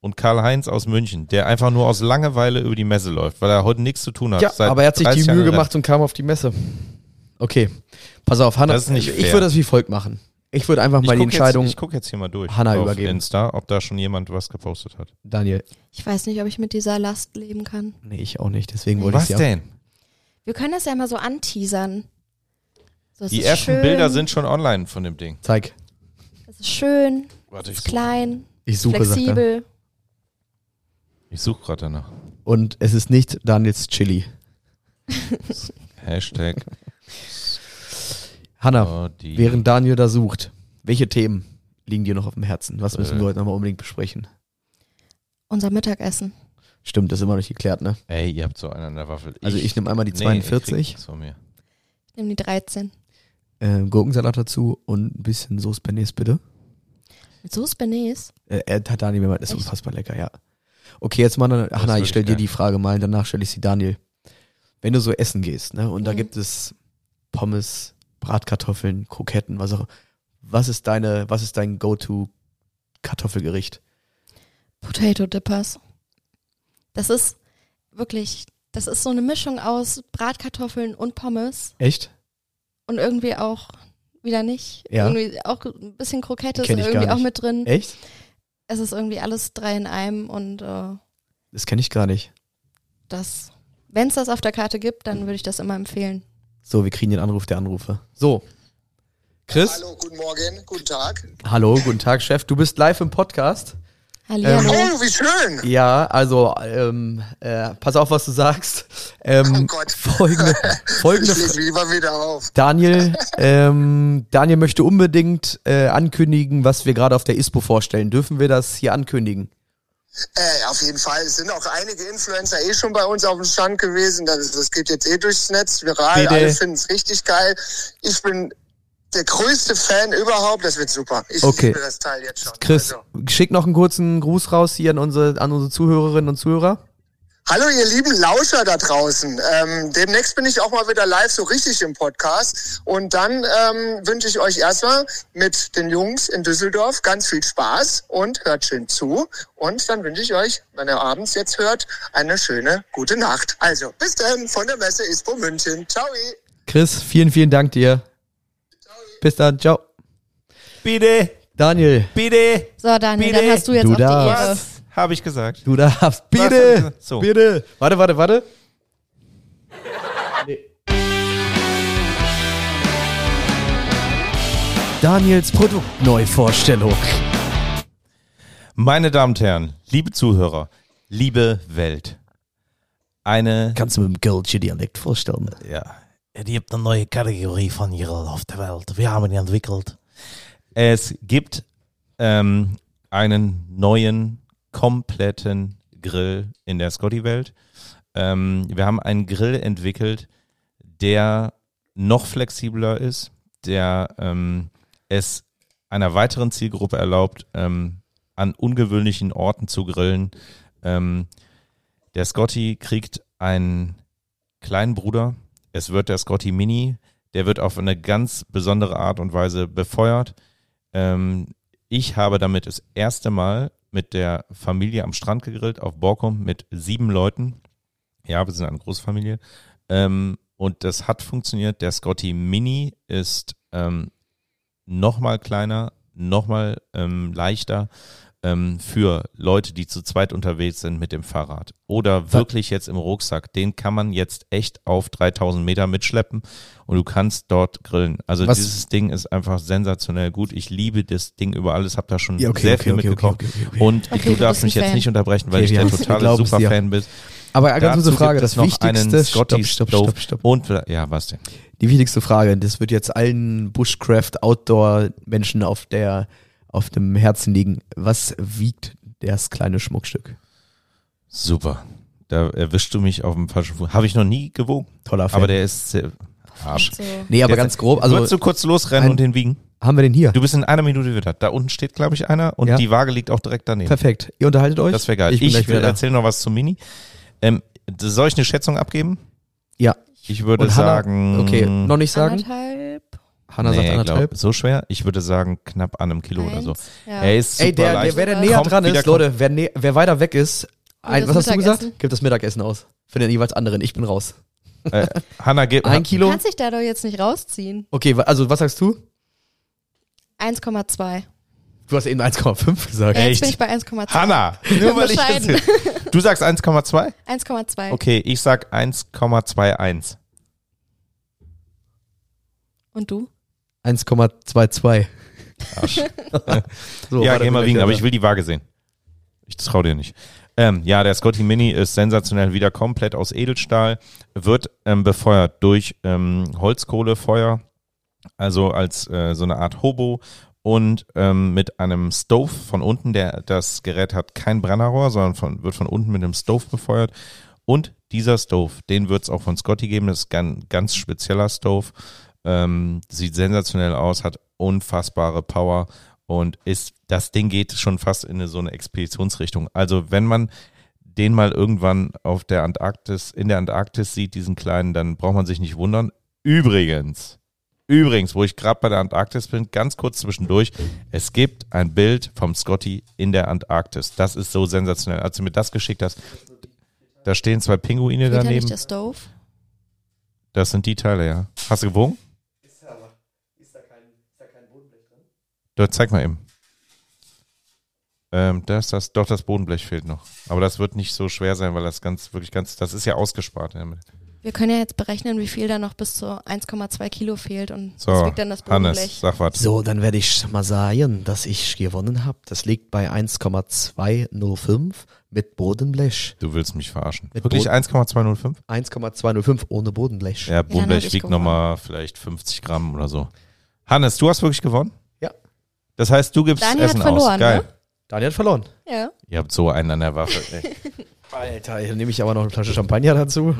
Speaker 1: Und Karl-Heinz aus München, der einfach nur aus Langeweile über die Messe läuft, weil er heute nichts zu tun hat.
Speaker 2: Ja,
Speaker 1: seit
Speaker 2: aber er hat sich die
Speaker 1: 30
Speaker 2: Mühe
Speaker 1: Jahren
Speaker 2: gemacht und kam auf die Messe. Okay, pass auf, Hanna.
Speaker 1: Das ist nicht
Speaker 2: also ich
Speaker 1: fair.
Speaker 2: würde das wie folgt machen. Ich würde einfach
Speaker 1: Ich
Speaker 2: mal die
Speaker 1: guck
Speaker 2: Entscheidung,
Speaker 1: Jetzt, ich gucke jetzt hier mal durch.
Speaker 2: Hanna
Speaker 1: auf
Speaker 2: übergeben.
Speaker 1: Insta, ob da schon jemand was gepostet hat.
Speaker 2: Daniel.
Speaker 3: Ich weiß nicht, ob ich mit dieser Last leben kann.
Speaker 2: Nee, ich auch nicht, deswegen wollte ich
Speaker 1: Was
Speaker 2: sie auch.
Speaker 1: denn?
Speaker 3: Wir können das ja mal so anteasern. So, es
Speaker 1: Die
Speaker 3: ist
Speaker 1: ersten
Speaker 3: schön,
Speaker 1: Bilder sind schon online von dem Ding.
Speaker 2: Zeig.
Speaker 3: Es ist schön,
Speaker 1: Warte,
Speaker 3: es ist klein,
Speaker 2: Ich suche, sagt er.
Speaker 3: flexibel.
Speaker 1: Ich suche gerade danach.
Speaker 2: Und es ist nicht Daniels Chili.
Speaker 1: Hashtag
Speaker 2: Hanna,
Speaker 1: oh, die
Speaker 2: während Daniel da sucht, welche Themen liegen dir noch auf dem Herzen? Was müssen
Speaker 1: Äh.
Speaker 2: wir heute nochmal unbedingt besprechen?
Speaker 3: Unser Mittagessen.
Speaker 2: Stimmt, das ist immer noch nicht geklärt, ne?
Speaker 1: Ey, ihr habt so einen an der Waffel.
Speaker 2: Also ich nehme einmal die
Speaker 1: Nee, ihr
Speaker 2: 42,
Speaker 1: kriegt nichts von mir.
Speaker 3: Ich nehme die 13.
Speaker 2: äh, Gurkensalat dazu und ein bisschen Soße Benes, bitte.
Speaker 3: Mit Sauce Benes.
Speaker 2: Äh, äh, hat Daniel mir mal, ist
Speaker 3: Echt?
Speaker 2: unfassbar lecker, ja. Okay, jetzt mal, eine- Hanna, ich
Speaker 1: wirklich
Speaker 2: stell dir
Speaker 1: geil.
Speaker 2: die Frage mal und danach stelle ich sie Daniel. Wenn du so essen gehst, ne, und da
Speaker 3: Mhm.
Speaker 2: gibt es Pommes, Bratkartoffeln, Kroketten, was auch was ist deine, was ist dein Go-To-Kartoffelgericht?
Speaker 3: Potato Dippers. Das ist wirklich, das ist so eine Mischung aus Bratkartoffeln und Pommes
Speaker 2: Echt?
Speaker 3: und irgendwie auch wieder nicht.
Speaker 2: Ja.
Speaker 3: Irgendwie auch ein bisschen Krokette ist
Speaker 2: Kenn ich gar
Speaker 3: irgendwie auch
Speaker 2: nicht.
Speaker 3: mit drin.
Speaker 2: Echt?
Speaker 3: Es ist irgendwie alles drei in einem und äh,
Speaker 2: Das kenne ich gar nicht.
Speaker 3: das, wenn es das auf der Karte gibt, dann würde ich das immer empfehlen.
Speaker 2: So, wir kriegen den Anruf der Anrufe. So. Chris, hallo,
Speaker 4: Hallo, guten Morgen, guten Tag.
Speaker 2: guten Tag, Chef. Du bist live im Podcast.
Speaker 3: Hallihallo.
Speaker 2: Ähm,
Speaker 4: Oh, wie schön.
Speaker 2: Ja, also, ähm, äh, pass auf, was du sagst. Ähm,
Speaker 4: Oh Gott.
Speaker 2: Folgende, folgende,
Speaker 4: Ich leg lieber wieder auf.
Speaker 2: Daniel, ähm, Daniel möchte unbedingt äh, ankündigen, was wir gerade auf der ISPO vorstellen. Dürfen wir das hier ankündigen?
Speaker 4: Äh, auf jeden Fall. Es sind auch einige Influencer eh schon bei uns auf dem Stand gewesen. Das, das geht jetzt eh durchs Netz, viral.
Speaker 2: Bitte.
Speaker 4: Alle finden es richtig geil. Ich bin der größte Fan überhaupt. Das wird super. Ich
Speaker 2: Okay.
Speaker 4: liebe das Teil jetzt schon.
Speaker 2: Chris,
Speaker 4: Also.
Speaker 2: schick noch einen kurzen Gruß raus hier an unsere, an unsere Zuhörerinnen und Zuhörer.
Speaker 4: Hallo, ihr lieben Lauscher da draußen. Ähm, demnächst bin ich auch mal wieder live so richtig im Podcast. Und dann ähm, wünsche ich euch erstmal mit den Jungs in Düsseldorf ganz viel Spaß und hört schön zu. Und dann wünsche ich euch, wenn ihr abends jetzt hört, eine schöne gute Nacht. Also, bis dann von der Messe ISPO München. Ciao.
Speaker 2: Chris, vielen, vielen Dank dir. Bis dann, ciao.
Speaker 1: Bitte,
Speaker 2: Daniel,
Speaker 1: bitte.
Speaker 3: So, Daniel,
Speaker 1: Bitte.
Speaker 3: dann hast du jetzt
Speaker 2: Du
Speaker 3: auch die Ehre.
Speaker 2: darfst.
Speaker 1: Habe ich gesagt.
Speaker 2: du darfst.
Speaker 1: hab ich
Speaker 2: Bitte,
Speaker 1: gesagt? So.
Speaker 2: bitte. Warte, warte, warte. Nee. Daniels Produktneuvorstellung.
Speaker 1: Meine Damen und Herren, liebe Zuhörer, liebe Welt. Eine.
Speaker 2: Kannst du mit dem Girlsche Dialekt vorstellen?
Speaker 1: Ja.
Speaker 5: Die hebt een nieuwe categorie van hier auf der Welt. Wir haben die entwickelt.
Speaker 1: Es gibt ähm, einen neuen, kompletten Grill in der Scotty-Welt. Ähm, wir haben einen Grill entwickelt, der noch flexibler ist, der ähm, es einer weiteren Zielgruppe erlaubt, ähm, an ungewöhnlichen Orten zu grillen. Ähm, der Scotty kriegt einen kleinen Bruder. Es wird der Scotty Mini. Der wird auf eine ganz besondere Art und Weise befeuert. Ähm, ich habe damit das erste Mal mit der Familie am Strand gegrillt, auf Borkum, mit sieben Leuten. Ja, wir sind eine Großfamilie. Ähm, und das hat funktioniert. Der Scotty Mini ist ähm, nochmal kleiner, nochmal ähm, leichter ähm, für Leute, die zu zweit unterwegs sind mit dem Fahrrad oder wirklich jetzt im Rucksack. Den kann man jetzt echt auf 3000 Meter mitschleppen und du kannst dort grillen. Also
Speaker 2: Was-
Speaker 1: dieses Ding ist einfach sensationell gut. Ich liebe das Ding über alles. Hab da schon
Speaker 2: Ja, okay,
Speaker 1: sehr
Speaker 2: okay,
Speaker 1: viel
Speaker 2: okay,
Speaker 1: mitgekocht.
Speaker 2: okay, okay, okay.
Speaker 1: Und
Speaker 3: Okay,
Speaker 1: du
Speaker 3: du
Speaker 1: darfst
Speaker 3: bist ein
Speaker 1: mich jetzt
Speaker 3: Fan.
Speaker 1: nicht unterbrechen, weil
Speaker 2: Okay,
Speaker 1: ich
Speaker 2: wir
Speaker 1: der
Speaker 2: haben's.
Speaker 1: totale
Speaker 2: Glaub ich's dir.
Speaker 1: Superfan bin.
Speaker 2: Aber ganz
Speaker 1: Dazu
Speaker 2: kurze Frage,
Speaker 1: gibt es
Speaker 2: das
Speaker 1: noch einen
Speaker 2: wichtigste.
Speaker 1: Scotty Stove und ja, was denn?
Speaker 2: Die wichtigste Frage, das wird jetzt allen Bushcraft Outdoor Menschen auf der auf dem Herzen liegen. Was wiegt das kleine Schmuckstück?
Speaker 1: Super. Da erwischst du mich auf dem falschen Fuß. Habe ich noch nie gewogen,
Speaker 2: Toller Fan.
Speaker 1: aber der ist äh, Arsch.
Speaker 3: So.
Speaker 2: nee, aber
Speaker 1: der-
Speaker 2: ganz grob,
Speaker 1: Würdest
Speaker 2: also
Speaker 1: du kurz losrennen
Speaker 2: Ein-
Speaker 1: und den wiegen?
Speaker 2: haben wir den hier.
Speaker 1: Du bist in einer Minute wieder. Da unten steht, glaube ich, einer und
Speaker 2: Ja.
Speaker 1: die Waage liegt auch direkt daneben.
Speaker 2: Perfekt. Ihr unterhaltet euch?
Speaker 1: Genau. Das wäre geil.
Speaker 2: Ich
Speaker 1: Ich,
Speaker 2: bin gleich wieder da.
Speaker 1: erzähle noch was zum Mini. Ähm, soll ich eine Schätzung abgeben?
Speaker 2: Ja.
Speaker 1: Ich würde
Speaker 2: Und Hannah-
Speaker 1: sagen.
Speaker 2: Okay, noch nicht sagen.
Speaker 3: Anderthalb.
Speaker 2: Hannah sagt
Speaker 1: nee,
Speaker 2: anderthalb.
Speaker 1: Glaub, so schwer? Ich würde sagen, knapp an einem Kilo oder so.
Speaker 3: eins, Ja.
Speaker 1: Er ist super
Speaker 2: Ey, der,
Speaker 1: leicht.
Speaker 2: der, wer der
Speaker 3: Kommt
Speaker 2: näher dran
Speaker 1: wieder,
Speaker 2: ist,
Speaker 1: kommt-
Speaker 2: Leute, wer, nä- wer weiter weg ist, ein,
Speaker 3: das
Speaker 2: was hast du gesagt?
Speaker 3: Mittagessen.
Speaker 2: Gibt das Mittagessen aus. Für den jeweils anderen. Ich bin raus.
Speaker 1: äh, Hanna, gib,
Speaker 2: Ein
Speaker 3: Du
Speaker 2: Kilo.
Speaker 3: kannst dich da doch jetzt nicht rausziehen.
Speaker 2: Okay, wa- also was sagst du?
Speaker 3: 1,2.
Speaker 2: Du hast eben 1,5 gesagt.
Speaker 3: Ja,
Speaker 1: Echt?
Speaker 3: Jetzt bin ich bei 1,2.
Speaker 1: Hanna, nur weil ich das
Speaker 3: Bescheiden.
Speaker 1: Du sagst 1,2?
Speaker 3: 1,2.
Speaker 1: Okay, ich sag 1,21.
Speaker 3: Und du?
Speaker 2: 1,22.
Speaker 1: Arsch.
Speaker 2: So,
Speaker 1: ja,
Speaker 2: warte,
Speaker 1: geh mal
Speaker 2: bin
Speaker 1: wiegen,
Speaker 2: gleich
Speaker 1: aber
Speaker 2: da.
Speaker 1: ich will die Waage sehen. Ich trau dir nicht. Ähm, ja, der Scotty Mini ist sensationell wieder komplett aus Edelstahl, wird ähm, befeuert durch ähm, Holzkohlefeuer, also als äh, so eine Art Hobo und ähm, mit einem Stove von unten. Der, das Gerät hat kein Brennerrohr, sondern von, wird von unten mit einem Stove befeuert. Und dieser Stove, den wird es auch von Scotty geben. Das ist ein ganz spezieller Stove. Ähm, sieht sensationell aus, hat unfassbare Power und ist, das Ding geht schon fast in eine- so eine Expeditionsrichtung. Also wenn man den mal irgendwann auf der Antarktis, in der Antarktis sieht, diesen kleinen, dann braucht man sich nicht wundern. Übrigens, übrigens, wo ich gerade bei der Antarktis bin, ganz kurz zwischendurch, es gibt ein Bild vom Scotty in der Antarktis. Das ist so sensationell. Als du mir das geschickt hast, da stehen zwei Pinguine
Speaker 3: Geht da nicht
Speaker 1: daneben.
Speaker 3: der Stove?
Speaker 1: Das sind die Teile, ja. Hast du gewogen? Ist da, kein, Bodenblech drin? zeig mal eben. Ähm, da ist das, doch, das Bodenblech fehlt noch. Aber das wird nicht so schwer sein, weil das ganz, wirklich ganz, das ist ja ausgespart. in der Mitte.
Speaker 3: Wir können ja jetzt berechnen, wie viel da noch bis zu 1,2 Kilo fehlt und
Speaker 1: So,
Speaker 3: was wiegt dann das
Speaker 1: Hannes,
Speaker 3: Bodenblech?
Speaker 1: sag was.
Speaker 2: So, dann werde ich mal sagen, dass ich gewonnen habe. Das liegt bei 1,205 mit Bodenblech.
Speaker 1: Du willst mich verarschen.
Speaker 2: Mit
Speaker 1: Wirklich
Speaker 2: Boden-
Speaker 1: 1,205?
Speaker 2: 1,205 ohne Bodenblech.
Speaker 1: Ja,
Speaker 3: dann hab
Speaker 1: Bodenblech
Speaker 3: ich
Speaker 1: wiegt nochmal vielleicht 50 Gramm oder so. Hannes, du hast wirklich gewonnen?
Speaker 2: Ja.
Speaker 1: Das heißt, du gibst
Speaker 3: Daniel hat
Speaker 1: Essen aus.
Speaker 3: verloren,
Speaker 1: Geil.
Speaker 3: ne?
Speaker 2: Daniel hat verloren.
Speaker 3: Ja.
Speaker 1: Ihr habt so einen an der Waffe. Ey.
Speaker 2: Alter, hier nehme ich aber noch eine Flasche Champagner dazu.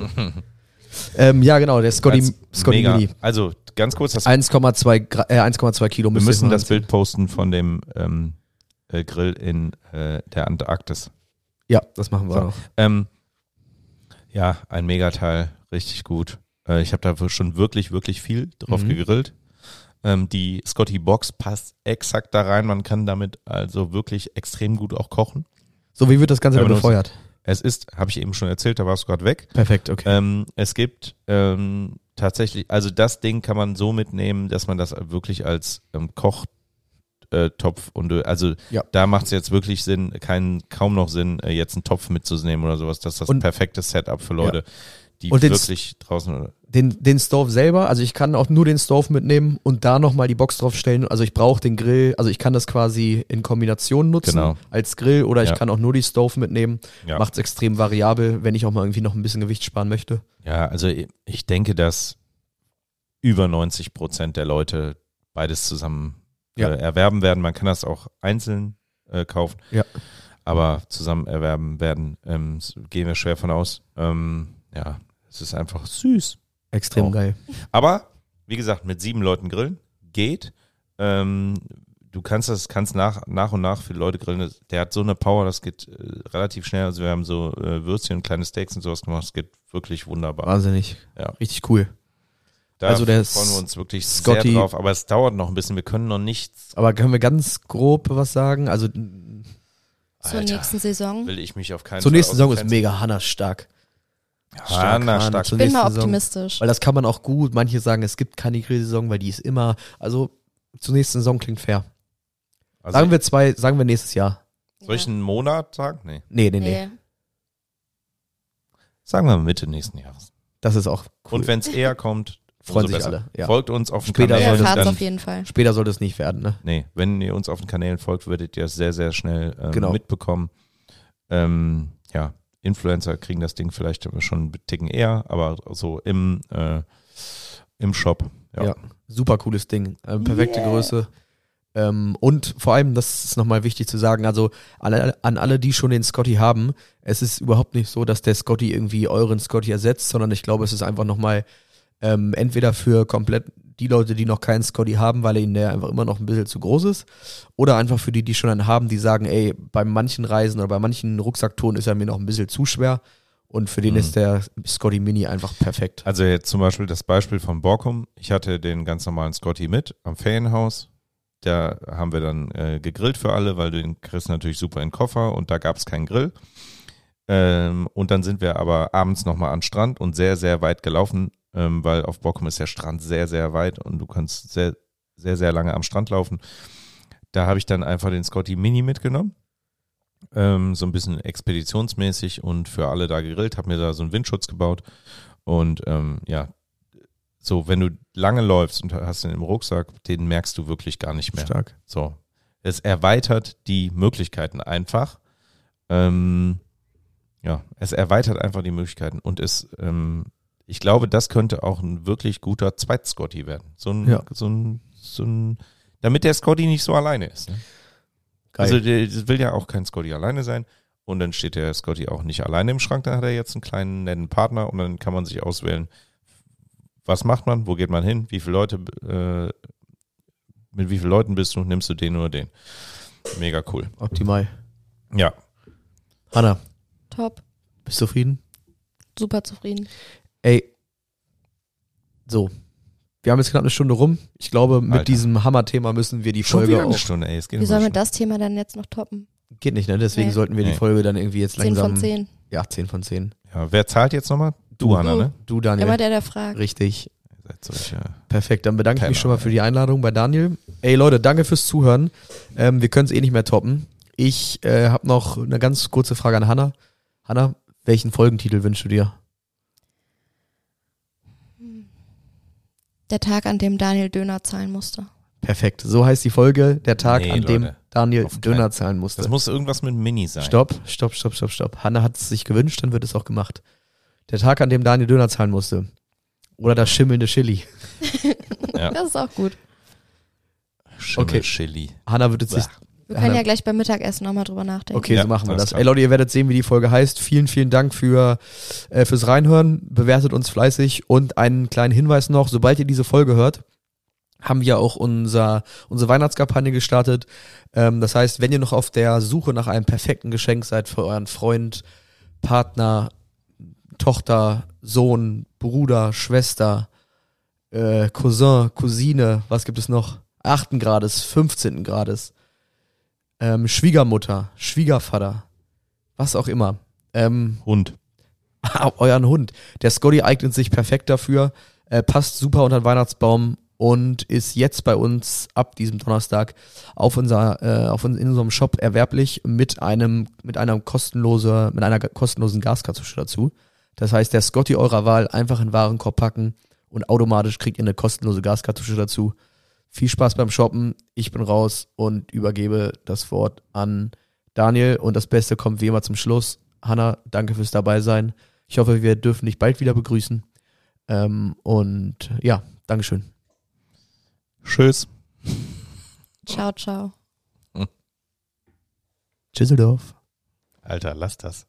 Speaker 2: ähm, ja, genau, der Scotty,
Speaker 1: Ganz
Speaker 2: Scotty
Speaker 1: mega.
Speaker 2: Mini.
Speaker 1: Also ganz kurz, das,
Speaker 2: 1,2 Gra- äh, 1,2 Kilo
Speaker 1: wir
Speaker 2: müsst ihr
Speaker 1: müssen
Speaker 2: mal
Speaker 1: das
Speaker 2: anziehen.
Speaker 1: Bild posten von dem ähm, äh, Grill in äh, der Antarktis.
Speaker 2: Ja, das machen wir
Speaker 1: So.
Speaker 2: auch.
Speaker 1: Ähm, ja, ein Megateil, richtig gut. Äh, ich habe da schon wirklich, wirklich viel drauf
Speaker 2: Mhm.
Speaker 1: gegrillt. Ähm, die Scotty Box passt exakt da rein. Man kann damit also wirklich extrem gut auch kochen.
Speaker 2: So, wie wird das Ganze
Speaker 1: Ja,
Speaker 2: dann
Speaker 1: aber
Speaker 2: befeuert?
Speaker 1: Es ist, habe ich eben schon erzählt, da warst du gerade weg.
Speaker 2: Perfekt, okay.
Speaker 1: Ähm, es gibt ähm, tatsächlich, also das Ding kann man so mitnehmen, dass man das wirklich als ähm, Kochtopf äh, Topf und äh, also
Speaker 2: Ja.
Speaker 1: da macht es jetzt wirklich Sinn, kein, kaum noch Sinn, äh, jetzt einen Topf mitzunehmen oder sowas. Das ist das
Speaker 2: Und-
Speaker 1: perfekte Setup für Leute, die
Speaker 2: Und den-
Speaker 1: wirklich draußen.
Speaker 2: Den, den Stove selber, also ich kann auch nur den Stove mitnehmen und da nochmal die Box draufstellen. Also ich brauche den Grill, also ich kann das quasi in Kombination nutzen
Speaker 1: Genau.
Speaker 2: als Grill oder ich
Speaker 1: Ja.
Speaker 2: kann auch nur die Stove mitnehmen.
Speaker 1: Ja.
Speaker 2: Macht es extrem variabel, wenn ich auch mal irgendwie noch ein bisschen Gewicht sparen möchte.
Speaker 1: Ja, also ich- ich denke, dass über 90 Prozent der Leute beides zusammen
Speaker 2: Ja.
Speaker 1: äh, erwerben werden. Man kann das auch einzeln äh, kaufen,
Speaker 2: Ja.
Speaker 1: aber zusammen erwerben werden, ähm, s- gehen wir schwer von aus. Ähm, ja, es ist einfach süß.
Speaker 2: Extrem
Speaker 1: Oh.
Speaker 2: geil.
Speaker 1: Aber wie gesagt, mit sieben Leuten grillen geht. Ähm, du kannst das kannst nach, nach und nach viele Leute grillen. Das- Der hat so eine Power, das geht äh, relativ schnell. Also wir haben so äh, Würstchen, kleine Steaks und sowas gemacht. Es geht wirklich wunderbar.
Speaker 2: Wahnsinnig.
Speaker 1: Ja.
Speaker 2: Richtig cool.
Speaker 1: Da
Speaker 2: Also der
Speaker 1: freuen wir uns wirklich
Speaker 2: Scotty-
Speaker 1: sehr drauf, aber es dauert noch ein bisschen. Wir können noch nichts.
Speaker 2: Aber können wir ganz grob was sagen? Also
Speaker 3: Zur
Speaker 1: Alter.
Speaker 3: nächsten Saison.
Speaker 1: Will ich mich auf keinen
Speaker 2: zur
Speaker 1: Fall.
Speaker 2: nächsten Saison ist
Speaker 1: mega
Speaker 2: mega Hannah stark.
Speaker 1: stark. Hanna,
Speaker 2: Hannah
Speaker 1: stark. Also
Speaker 2: zur
Speaker 3: Bin
Speaker 2: nächsten
Speaker 3: mal
Speaker 2: Saison.
Speaker 3: optimistisch.
Speaker 2: Weil das kann man auch gut. Manche sagen, es gibt keine Grillsaison, weil die ist immer. Also zur nächsten Saison klingt fair.
Speaker 1: Also
Speaker 2: sagen wir zwei, sagen wir nächstes Jahr.
Speaker 1: soll ich einen Monat sagen? Nee.
Speaker 2: Nee, nee,
Speaker 3: ja.
Speaker 2: nee.
Speaker 3: nee.
Speaker 1: Sagen wir Mitte nächsten Jahres.
Speaker 2: Das ist auch cool.
Speaker 1: Und wenn es eher kommt,
Speaker 2: Freuen
Speaker 1: umso
Speaker 2: sich
Speaker 1: besser.
Speaker 2: alle, ja.
Speaker 1: Folgt uns auf den
Speaker 2: Später
Speaker 3: Ja,
Speaker 1: Kanälen.
Speaker 2: soll das
Speaker 3: fahrt's
Speaker 1: dann-
Speaker 3: auf jeden Fall.
Speaker 2: Später soll das nicht werden, ne?
Speaker 1: Nee, wenn ihr uns auf den Kanälen folgt, werdet ihr es sehr, sehr schnell ähm,
Speaker 2: Genau.
Speaker 1: mitbekommen. Ähm, ja, Influencer kriegen das Ding vielleicht schon einen Ticken eher, aber so im, äh, im Shop. Ja.
Speaker 2: Ja. Super cooles Ding. Ähm, perfekte Größe. Ähm, und vor allem, das ist nochmal wichtig zu sagen, also an alle, an alle, die schon den Scotty haben, es ist überhaupt nicht so, dass der Scotty irgendwie euren Scotty ersetzt, sondern ich glaube, es ist einfach nochmal ähm, entweder für komplett die Leute, die noch keinen Scotty haben, weil ihnen der einfach immer noch ein bisschen zu groß ist, oder einfach für die, die schon einen haben, die sagen, ey, bei manchen Reisen oder bei manchen Rucksacktouren ist er mir noch ein bisschen zu schwer und für den
Speaker 1: Mhm.
Speaker 2: ist der Scotty Mini einfach perfekt.
Speaker 1: Also jetzt zum Beispiel das Beispiel von Borkum. Ich hatte den ganz normalen Scotty mit am Ferienhaus. Da haben wir dann äh, gegrillt für alle, weil du den kriegst natürlich super in den Koffer und da gab es keinen Grill. Ähm, und dann sind wir aber abends nochmal an den Strand und sehr, sehr weit gelaufen, ähm, weil auf Borkum ist der Strand sehr, sehr weit und du kannst sehr, sehr, sehr lange am Strand laufen. Da habe ich dann einfach den Scotty Mini mitgenommen. Ähm, so ein bisschen expeditionsmäßig und für alle da gegrillt, habe mir da so einen Windschutz gebaut. Und ähm, ja, so, wenn du lange läufst und hast den im Rucksack, den merkst du wirklich gar nicht mehr.
Speaker 2: Stark.
Speaker 1: So. Es erweitert die Möglichkeiten einfach. Ähm, ja, es erweitert einfach die Möglichkeiten und es, ähm, ich glaube, das könnte auch ein wirklich guter Zweitscotty werden. So ein,
Speaker 2: Ja.
Speaker 1: so ein, so ein, damit der Scotty nicht so alleine ist. Ne? Also, der, das will ja auch kein Scotty alleine sein. Und dann steht der Scotty auch nicht alleine im Schrank. Dann hat er jetzt einen kleinen, netten Partner und dann kann man sich auswählen, was macht man, wo geht man hin, wie viele Leute, äh, mit wie vielen Leuten bist du, nimmst du den oder den. Mega cool.
Speaker 2: Optimal.
Speaker 1: Ja,
Speaker 2: Hanna,
Speaker 3: Top.
Speaker 2: bist du zufrieden?
Speaker 3: Super zufrieden.
Speaker 2: Ey. So. Wir haben jetzt knapp eine Stunde rum. Ich glaube, mit
Speaker 1: Alter.
Speaker 2: diesem Hammer-Thema müssen wir die Folge
Speaker 1: eine
Speaker 2: auch.
Speaker 1: Stunde, ey. Es geht
Speaker 3: Wie
Speaker 1: immer
Speaker 3: sollen wir
Speaker 1: schon.
Speaker 3: das Thema dann jetzt noch toppen?
Speaker 2: Geht nicht, ne? Deswegen
Speaker 3: Nee.
Speaker 2: sollten wir
Speaker 1: Nee.
Speaker 2: die Folge dann irgendwie jetzt
Speaker 3: 10
Speaker 2: langsam.
Speaker 3: von 10.
Speaker 2: Ja, 10 von 10.
Speaker 1: Ja, wer zahlt jetzt nochmal? Du, Anna,
Speaker 3: Du.
Speaker 1: ne?
Speaker 2: Du, Daniel.
Speaker 3: Immer der, der fragt.
Speaker 2: Richtig.
Speaker 1: Ihr seid solche
Speaker 2: Perfekt. Dann bedanke ich mich
Speaker 1: Penner,
Speaker 2: schon mal für die Einladung bei Daniel. Ey, Leute, danke fürs Zuhören. Ähm, wir können es eh nicht mehr toppen. Ich äh, habe noch eine ganz kurze Frage an Hanna. Hanna, welchen Folgentitel wünschst du dir?
Speaker 3: Der Tag, an dem Daniel Döner zahlen musste.
Speaker 2: Perfekt. So heißt die Folge. Der Tag,
Speaker 1: Nee,
Speaker 2: an dem
Speaker 1: Leute.
Speaker 2: Daniel
Speaker 1: Auf keinen-
Speaker 2: Döner zahlen musste.
Speaker 1: Das muss irgendwas mit Mini sein.
Speaker 2: Stopp, stopp, stopp, stopp, stopp. Hanna hat es sich gewünscht, dann wird es auch gemacht. Der Tag, an dem Daniel Döner zahlen musste. Oder das schimmelnde Chili.
Speaker 1: Ja.
Speaker 3: Das ist auch gut.
Speaker 1: Schimmel
Speaker 2: Okay.
Speaker 1: Chili.
Speaker 2: Hanna wird es sich,
Speaker 3: Wir können
Speaker 2: Hanna-
Speaker 3: ja gleich beim Mittagessen nochmal drüber nachdenken.
Speaker 2: Okay,
Speaker 1: Ja,
Speaker 2: so machen wir
Speaker 1: alles
Speaker 2: das.
Speaker 1: klar.
Speaker 2: Ey Leute, ihr werdet sehen, wie die Folge heißt. Vielen, vielen Dank für, äh, fürs Reinhören. Bewertet uns fleißig und einen kleinen Hinweis noch, sobald ihr diese Folge hört, haben wir auch unser, unsere Weihnachtskampagne gestartet. Ähm, das heißt, wenn ihr noch auf der Suche nach einem perfekten Geschenk seid für euren Freund, Partner, Tochter, Sohn, Bruder, Schwester, äh, Cousin, Cousine, was gibt es noch? 8. Grades, 15. Grades, ähm, Schwiegermutter, Schwiegervater, was auch immer. Ähm,
Speaker 1: Hund.
Speaker 2: euren Hund. Der Scotty eignet sich perfekt dafür, äh, passt super unter den Weihnachtsbaum und ist jetzt bei uns ab diesem Donnerstag auf unser, äh, auf un in unserem Shop erwerblich mit einem, mit einer kostenlose, mit einer ga- kostenlosen Gaskartusche dazu. Das heißt, der Scotty eurer Wahl einfach in den Warenkorb packen und automatisch kriegt ihr eine kostenlose Gaskartusche dazu. Viel Spaß beim Shoppen. Ich bin raus und übergebe das Wort an Daniel. Und das Beste kommt wie immer zum Schluss. Hanna, danke fürs dabei sein. Ich hoffe, wir dürfen dich bald wieder begrüßen. Ähm, und ja, Dankeschön.
Speaker 1: Tschüss.
Speaker 3: Ciao, ciao.
Speaker 2: Tschüsseldorf.
Speaker 1: Alter, lass das.